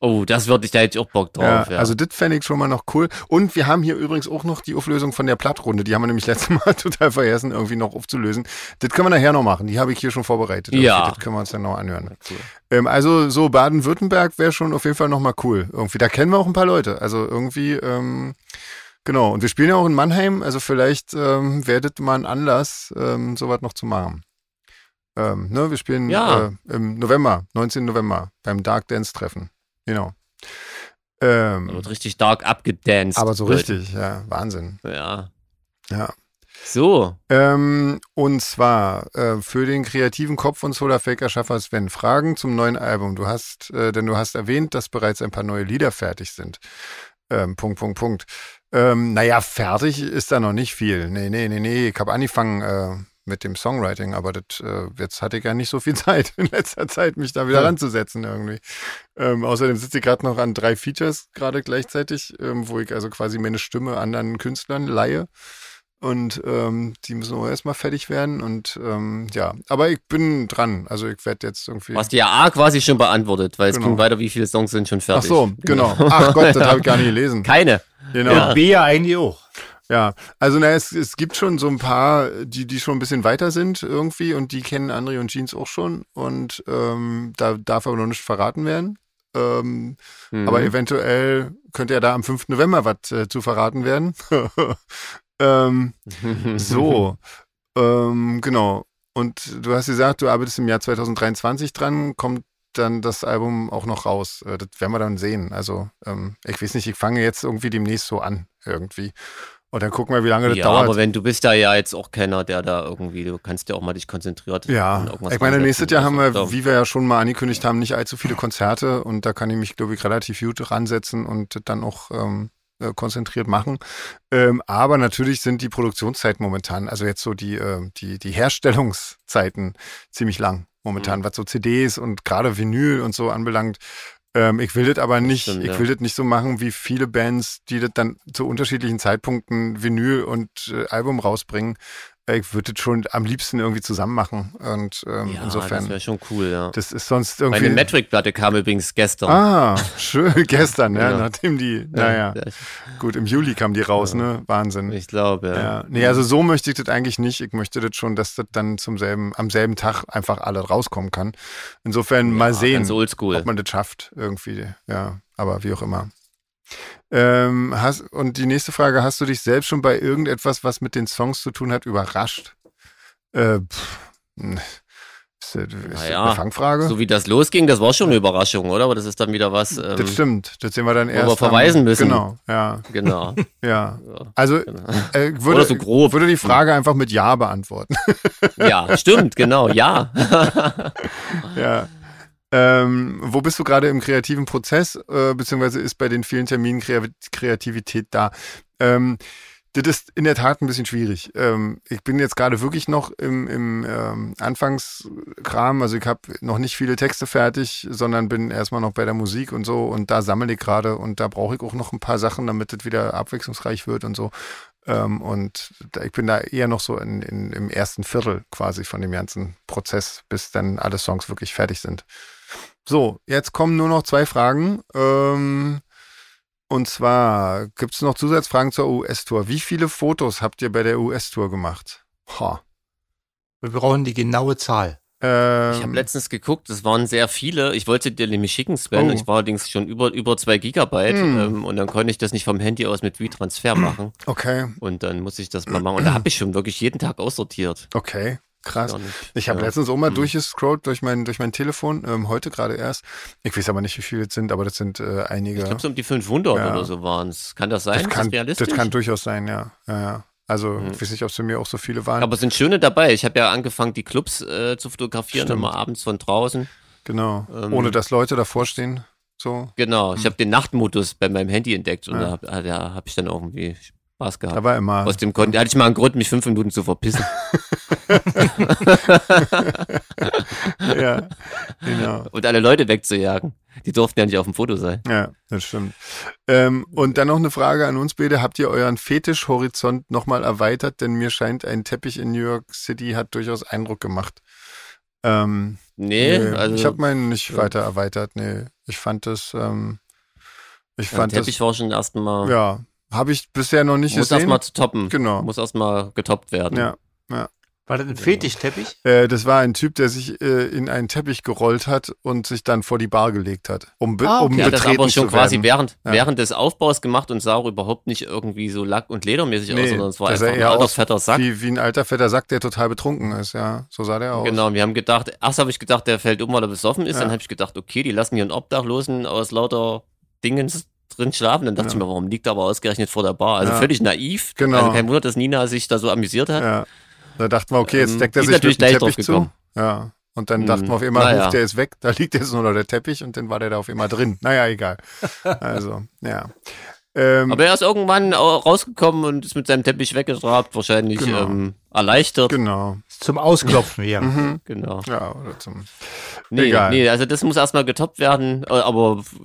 Oh, das würde ich da jetzt auch Bock ja, drauf, ja. Also das fände ich schon mal noch cool. Und wir haben hier übrigens auch noch die Auflösung von der Plattrunde. Die haben wir nämlich letztes Mal total vergessen, irgendwie noch aufzulösen. Das können wir nachher noch machen. Die habe ich hier schon vorbereitet. Ja. Das können wir uns dann noch anhören. cool. Ähm, also so Baden-Württemberg wäre schon auf jeden Fall noch mal cool. Irgendwie, da kennen wir auch ein paar Leute. Also irgendwie, ähm, genau. Und wir spielen ja auch in Mannheim. Also vielleicht ähm, werdet mal ein Anlass, ähm, sowas noch zu machen. Ähm, ne, wir spielen Ja. äh, im November, 19. November, beim Dark Dance-Treffen. Genau. Ähm, Da wird richtig stark abgedanced. aber so Also Leute. richtig, ja, Wahnsinn. Ja. Ja. So, Ähm, und zwar äh, für den kreativen Kopf und Solarfaker-Schaffer Sven Fragen zum neuen Album. Du hast, äh, denn du hast erwähnt, dass bereits ein paar neue Lieder fertig sind. Ähm, Punkt, Punkt, Punkt. Ähm, naja, fertig ist da noch nicht viel. Nee, nee, nee, nee. Ich habe angefangen äh, mit dem Songwriting, aber das, äh, jetzt hatte ich ja nicht so viel Zeit in letzter Zeit, mich da wieder Hm. ranzusetzen irgendwie. Ähm, außerdem sitze ich gerade noch an drei Features gerade gleichzeitig, ähm, wo ich also quasi meine Stimme anderen Künstlern leihe. Und ähm, die müssen auch erstmal fertig werden. Und ähm, ja, aber ich bin dran. Also ich werde jetzt irgendwie. was die A quasi schon beantwortet, weil es Genau. ging weiter, wie viele Songs sind schon Ach fertig. so, genau. Ach Gott, das habe ich gar nicht gelesen. Keine. Genau. Ja. Ja, Und B ja eigentlich auch. also na, es, es gibt schon so ein paar, die, die schon ein bisschen weiter sind irgendwie und die kennen André und Jeans auch schon. Und ähm, da darf aber noch nicht verraten werden. Ähm, Mhm. Aber eventuell könnte ja da am 5. November was äh, zu verraten werden. ähm, so, ähm, genau. Und du hast gesagt, du arbeitest im Jahr 2023 dran, kommt dann das Album auch noch raus. Äh, Das werden wir dann sehen. Also, ähm, ich weiß nicht, ich fange jetzt irgendwie demnächst so an, irgendwie. Und dann gucken wir, wie lange das ja, Äh, dauert. aber wenn du bist da ja jetzt auch keiner, der da irgendwie, du kannst ja auch mal dich konzentriert. Ja, an irgendwas ich meine, ransetzen. nächstes Jahr haben Also, wir, wie wir ja schon mal angekündigt haben, nicht allzu viele Konzerte und da kann ich mich, glaube ich, relativ gut ransetzen und das dann auch ähm, äh, konzentriert machen. Ähm, aber natürlich sind die Produktionszeiten momentan, also jetzt so die, äh, die, die Herstellungszeiten ziemlich lang momentan, Mhm. was so CDs und gerade Vinyl und so anbelangt. Ähm, ich will das aber nicht, stimmt, ich ja. will das nicht so machen wie viele Bands, die das dann zu unterschiedlichen Zeitpunkten Vinyl und äh, Album rausbringen. Äh, Ich würde das schon am liebsten irgendwie zusammen machen. Und ähm, ja, Das insofern, wäre das, schon cool, ja. ist sonst irgendwie. Meine Metric-Platte kam übrigens gestern. ah, schön, gestern, ja, Ja. genau. nachdem die, Ja, naja, gut, im Juli kamen die raus, ne? Wahnsinn. Ich glaube, ja. Ja, nee, also so möchte ich das eigentlich nicht. Ich möchte das schon, dass das dann zum selben, am selben Tag einfach alle rauskommen kann. Insofern mal sehen, Ganz oldschool. ob man das schafft irgendwie. Ja, aber wie auch immer. Ähm, hast, und die nächste Frage, hast du dich selbst schon bei irgendetwas, was mit den Songs zu tun hat, überrascht? Äh, pff, hm. ist das, ist das Naja, eine Fangfrage? So wie das losging, das war schon eine Überraschung, oder? Aber das ist dann wieder was. Ähm, das stimmt, das sehen wir dann wir erst. am- verweisen müssen. Genau, ja, Genau. ja. Ja. genau. Also, äh, ich würde, Oder so grob. würde die Frage einfach mit Ja beantworten. ja, stimmt, genau, ja. Ja. Ähm, wo bist du gerade im kreativen Prozess, äh, beziehungsweise ist bei den vielen Terminen Kreav- Kreativität da? Ähm, das ist in der Tat ein bisschen schwierig. Ähm, ich bin jetzt gerade wirklich noch im, im ähm, Anfangskram, also ich habe noch nicht viele Texte fertig, sondern bin erstmal noch bei der Musik und so und da sammle ich gerade und da brauche ich auch noch ein paar Sachen, damit das wieder abwechslungsreich wird und so. Ähm, und da, ich bin da eher noch so in, in, im ersten Viertel quasi von dem ganzen Prozess, bis dann alle Songs wirklich fertig sind. So, jetzt kommen nur noch zwei Fragen. Ähm, und zwar gibt es noch Zusatzfragen zur US-Tour. Wie viele Fotos habt ihr bei der US-Tour gemacht? Ha. Wir brauchen die genaue Zahl. Ähm, Ich habe letztens geguckt, es waren sehr viele. Ich wollte dir nämlich schicken, Sven. Oh. Ich war allerdings schon über, über zwei Gigabyte Hm. ähm, und dann konnte ich das nicht vom Handy aus mit WeTransfer machen. okay, Und dann musste ich das mal machen. Und da habe ich schon wirklich jeden Tag aussortiert. okay, krass. Gar nicht. Ich habe ja. letztens auch mal Hm. durchgescrollt durch mein, durch mein Telefon, ähm, heute gerade erst. Ich weiß aber nicht, wie viele es sind, aber das sind äh, einige. Ich glaube, so um die 500 Ja. oder so waren es. Kann das sein? Das kann, ist das das, realistisch? Mhm. kann durchaus sein, ja. ja, ja. Also, ich weiß nicht, ob es bei mir auch so viele waren. Aber es sind schöne dabei. Ich habe ja angefangen, die Clubs äh, zu fotografieren, Stimmt. immer abends von draußen. Genau. Ähm, Ohne dass Leute davor stehen. So. Genau, ich habe den Nachtmodus bei meinem Handy entdeckt und Hm. Ja. da habe hab ah, da hab ich dann irgendwie Spaß gehabt. Da war immer. Aus dem Grund, da hatte ich mal einen Grund, mich fünf Minuten zu verpissen. ja, genau. und alle Leute wegzujagen. Die durften ja nicht auf dem Foto sein. Ja, das stimmt. Ähm, und dann noch eine Frage an uns beide. Habt ihr euren Fetischhorizont nochmal erweitert? Denn mir scheint, ein Teppich in New York City hat durchaus Eindruck gemacht. Ähm, Nee, nee, also ich habe meinen nicht ja. weiter erweitert. Nee, ich fand das, ähm, ich ja, fand das, Teppich war schon erstmal, ja, habe ich bisher noch nicht muss gesehen. erstmal zu toppen. genau. Muss erstmal getoppt werden. Ja. War das ein Fetischteppich? Äh, das war ein Typ, der sich äh, in einen Teppich gerollt hat und sich dann vor die Bar gelegt hat, um, be Ah, okay. um Der hat das betreten aber schon zu quasi werden. während, Ja. während des Aufbaus gemacht und sah auch überhaupt nicht irgendwie so lack- und ledermäßig Nee, aus, sondern es war das sah einfach ein eher alter, aus fetter Sack. Wie, wie ein alter fetter Sack, der total betrunken ist, ja. So sah der aus. Genau, und wir haben gedacht, erst habe ich gedacht, der fällt um, weil er besoffen ist. Ja. Dann habe ich gedacht, okay, die lassen hier einen Obdachlosen aus lauter Dingens drin schlafen. Dann dachte Ja. ich mir, warum liegt er aber ausgerechnet vor der Bar? Also Ja. völlig naiv. Genau. Also kein Wunder, dass Nina sich da so amüsiert hat. Ja. Da dachten wir, okay, jetzt Ähm, deckt er die sich ist natürlich mit dem gleich drauf Teppich zu. gekommen. Ja. Und dann Hm, dachten wir auf einmal, naja. ruft der ist weg, da liegt jetzt nur noch der Teppich und dann war der da auf einmal drin. Naja, egal. Also, ja. Ähm, Aber er ist irgendwann au- rausgekommen und ist mit seinem Teppich weggetrabt, wahrscheinlich Genau. ähm, erleichtert. genau. Zum Ausklopfen hier. Mhm. Genau. Ja, oder zum. Nee, Egal. nee, also das muss erstmal getoppt werden, äh, aber f-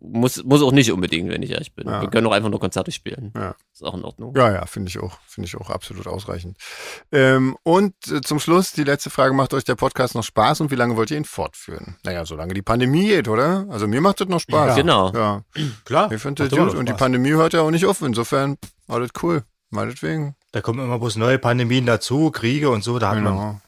muss, muss auch nicht unbedingt, wenn ich ehrlich bin. Ja. Wir können auch einfach nur Konzerte spielen. Ja. Ist auch in Ordnung. Ja, ja, finde ich auch. Finde ich auch absolut ausreichend. Ähm, und äh, zum Schluss, die letzte Frage: Macht euch der Podcast noch Spaß und wie lange wollt ihr ihn fortführen? Naja, solange die Pandemie geht, oder? Also, mir macht das noch Spaß. Ja. Genau. Ja, Klar. ich finde macht das immer gut. noch Und die Spaß. Pandemie hört ja auch nicht auf. Insofern, pff, alles cool. Meinetwegen. Da kommen immer bloß neue Pandemien dazu, Kriege und so, da hat man Genau.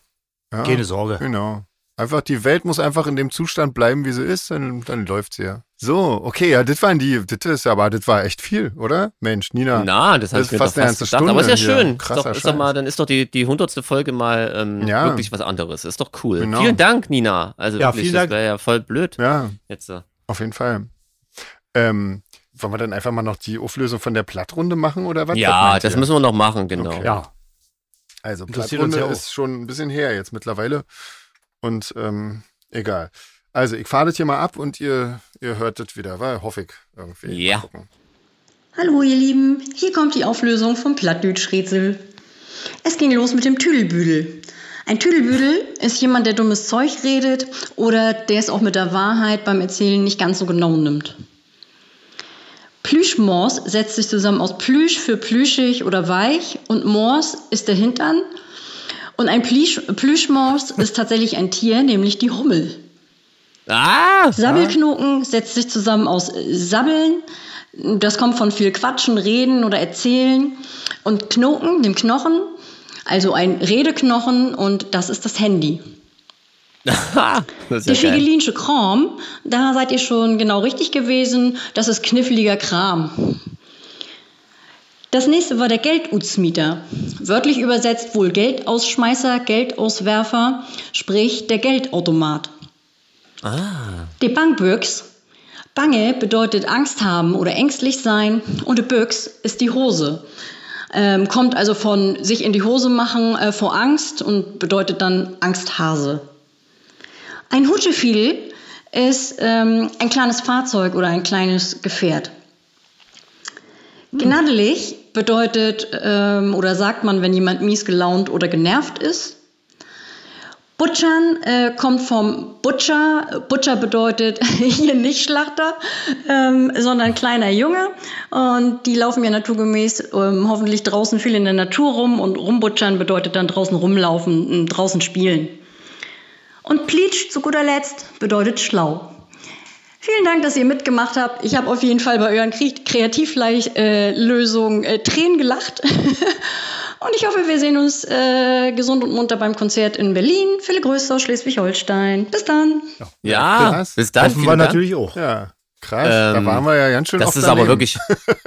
Ja, keine Sorge. genau. Einfach, die Welt muss einfach in dem Zustand bleiben, wie sie ist, dann, dann läuft sie ja. So, okay, ja, das waren die, das ist aber, das war echt viel, oder? Mensch, Nina. Na, das, Das hab ist ich mir fast doch eine fast ganze gedacht. Aber ist ja Stunde hier. schön. Ist doch, Krasser ist doch Scheiß. mal, dann ist doch die, die hundertste Folge mal ähm, Ja. wirklich was anderes. Ist doch cool. Genau. Vielen Dank, Nina. Also Ja, wirklich, vielen das Dank. wäre ja voll blöd Ja, jetzt. äh. auf jeden Fall. Ähm, wollen wir dann einfach mal noch die Auflösung von der Plattrunde machen oder was? Was Ja, meint das ihr? müssen wir noch machen, genau. Okay. Ja, Also Interessiert uns Plattrunde ja auch. ist schon ein bisschen her jetzt mittlerweile. Und ähm, egal. Also ich fahre das hier mal ab und ihr, ihr hört das wieder, weil hoffe ich irgendwie. Mal Ja. gucken. Hallo ihr Lieben, hier kommt die Auflösung vom Plattdütsch-Rätsel. Es ging los mit dem Tüdelbüdel. Ein Tüdelbüdel ist jemand, der dummes Zeug redet oder der es auch mit der Wahrheit beim Erzählen nicht ganz so genau nimmt. Plüschmors setzt sich zusammen aus Plüsch für plüschig oder weich und Mors ist der Hintern. Und ein Plüsch Plüschmors ist tatsächlich ein Tier, nämlich die Hummel. Ah! Sabbelknoten setzt sich zusammen aus äh, Sabbeln. Das kommt von viel Quatschen, Reden oder Erzählen. Und Knoten, dem Knochen, also ein Redeknochen und das ist das Handy. Das Der ist ja geil. Schigelinsche Kram, da seid ihr schon genau richtig gewesen. Das ist kniffliger Kram. Das nächste war der Geldutzmieter. Wörtlich übersetzt wohl Geldausschmeißer, Geldauswerfer, sprich der Geldautomat. Ah, Die Bangbüchs. Bange bedeutet Angst haben oder ängstlich sein und die Büchs ist die Hose. Ähm, kommt also von sich in die Hose machen äh, vor Angst und bedeutet dann Angsthase. Ein Hutschefiel ist ähm, ein kleines Fahrzeug oder ein kleines Gefährt. Gnadelig bedeutet ähm, oder sagt man, wenn jemand mies gelaunt oder genervt ist. Butchern äh, kommt vom Butcher. Butcher bedeutet hier nicht Schlachter, ähm, sondern kleiner Junge. Und die laufen ja naturgemäß ähm, hoffentlich draußen viel in der Natur rum. Und rumbutschern bedeutet dann draußen rumlaufen, ähm, draußen spielen. Und Pleatsch zu guter Letzt bedeutet schlau. Vielen Dank, dass ihr mitgemacht habt. Ich habe auf jeden Fall bei euren Krie- Kreativlösungen äh, Tränen gelacht. und ich hoffe, wir sehen uns äh, gesund und munter beim Konzert in Berlin. Viele Grüße aus Schleswig-Holstein. Bis dann. ja, krass. bis dann. hoffen wir vielen Dank. natürlich auch. Ja, krass. da Ähm, waren wir ja ganz schön Das oft ist aber daneben. wirklich,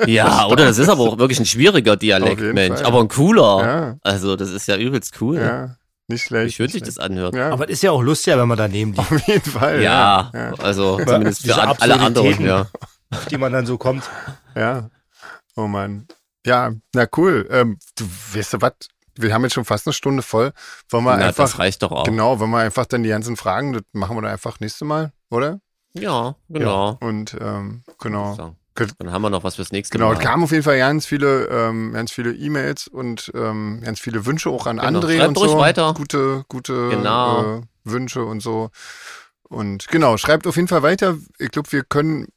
ja, oder? Das ist aber auch wirklich ein schwieriger Auf Dialekt, jeden Mensch. Fall. Aber ein cooler. Ja. Also, das ist ja übelst cool. Ja, nicht schlecht. Wie schön sich nicht das schlecht. anhört. Ja, Aber es ist ja auch lustiger, wenn man daneben liegt, auf jeden Fall. Ja, Ja, also zumindest für diese an, alle anderen, Absurditäten. ja. auf die man dann so kommt. ja. Oh Mann. Ja, na cool. Ähm, du weißt du was? wir haben jetzt schon fast eine Stunde voll. Wollen wir Na, einfach. das reicht doch auch. Genau, wenn wir einfach dann die ganzen Fragen, das machen wir dann einfach nächste Mal, oder? Ja, genau. Und ähm, genau. Sagen. Gut. Dann haben wir noch was fürs nächste Genau, Mal. es kamen auf jeden Fall ganz viele, ähm, ganz viele E-Mails und ähm, ganz viele Wünsche auch an Genau, André schreibt und ruhig so. weiter. Gute, gute Genau. äh, Wünsche und so. Und genau, schreibt auf jeden Fall weiter. Ich glaube, wir können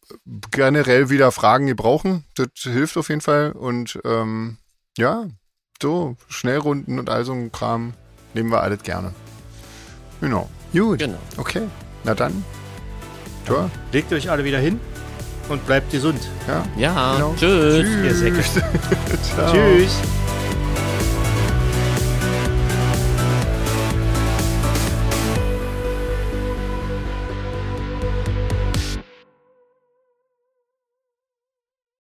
generell wieder Fragen gebrauchen. Das hilft auf jeden Fall. Und ähm, ja, so Schnellrunden und all so ein Kram nehmen wir alles gerne. Genau. Gut. Genau. Okay. Na dann. Tja, Legt euch alle wieder hin und bleibt gesund. ja. Ja, Genau. tschüss. Ihr Säcke. Ciao. Tschüss.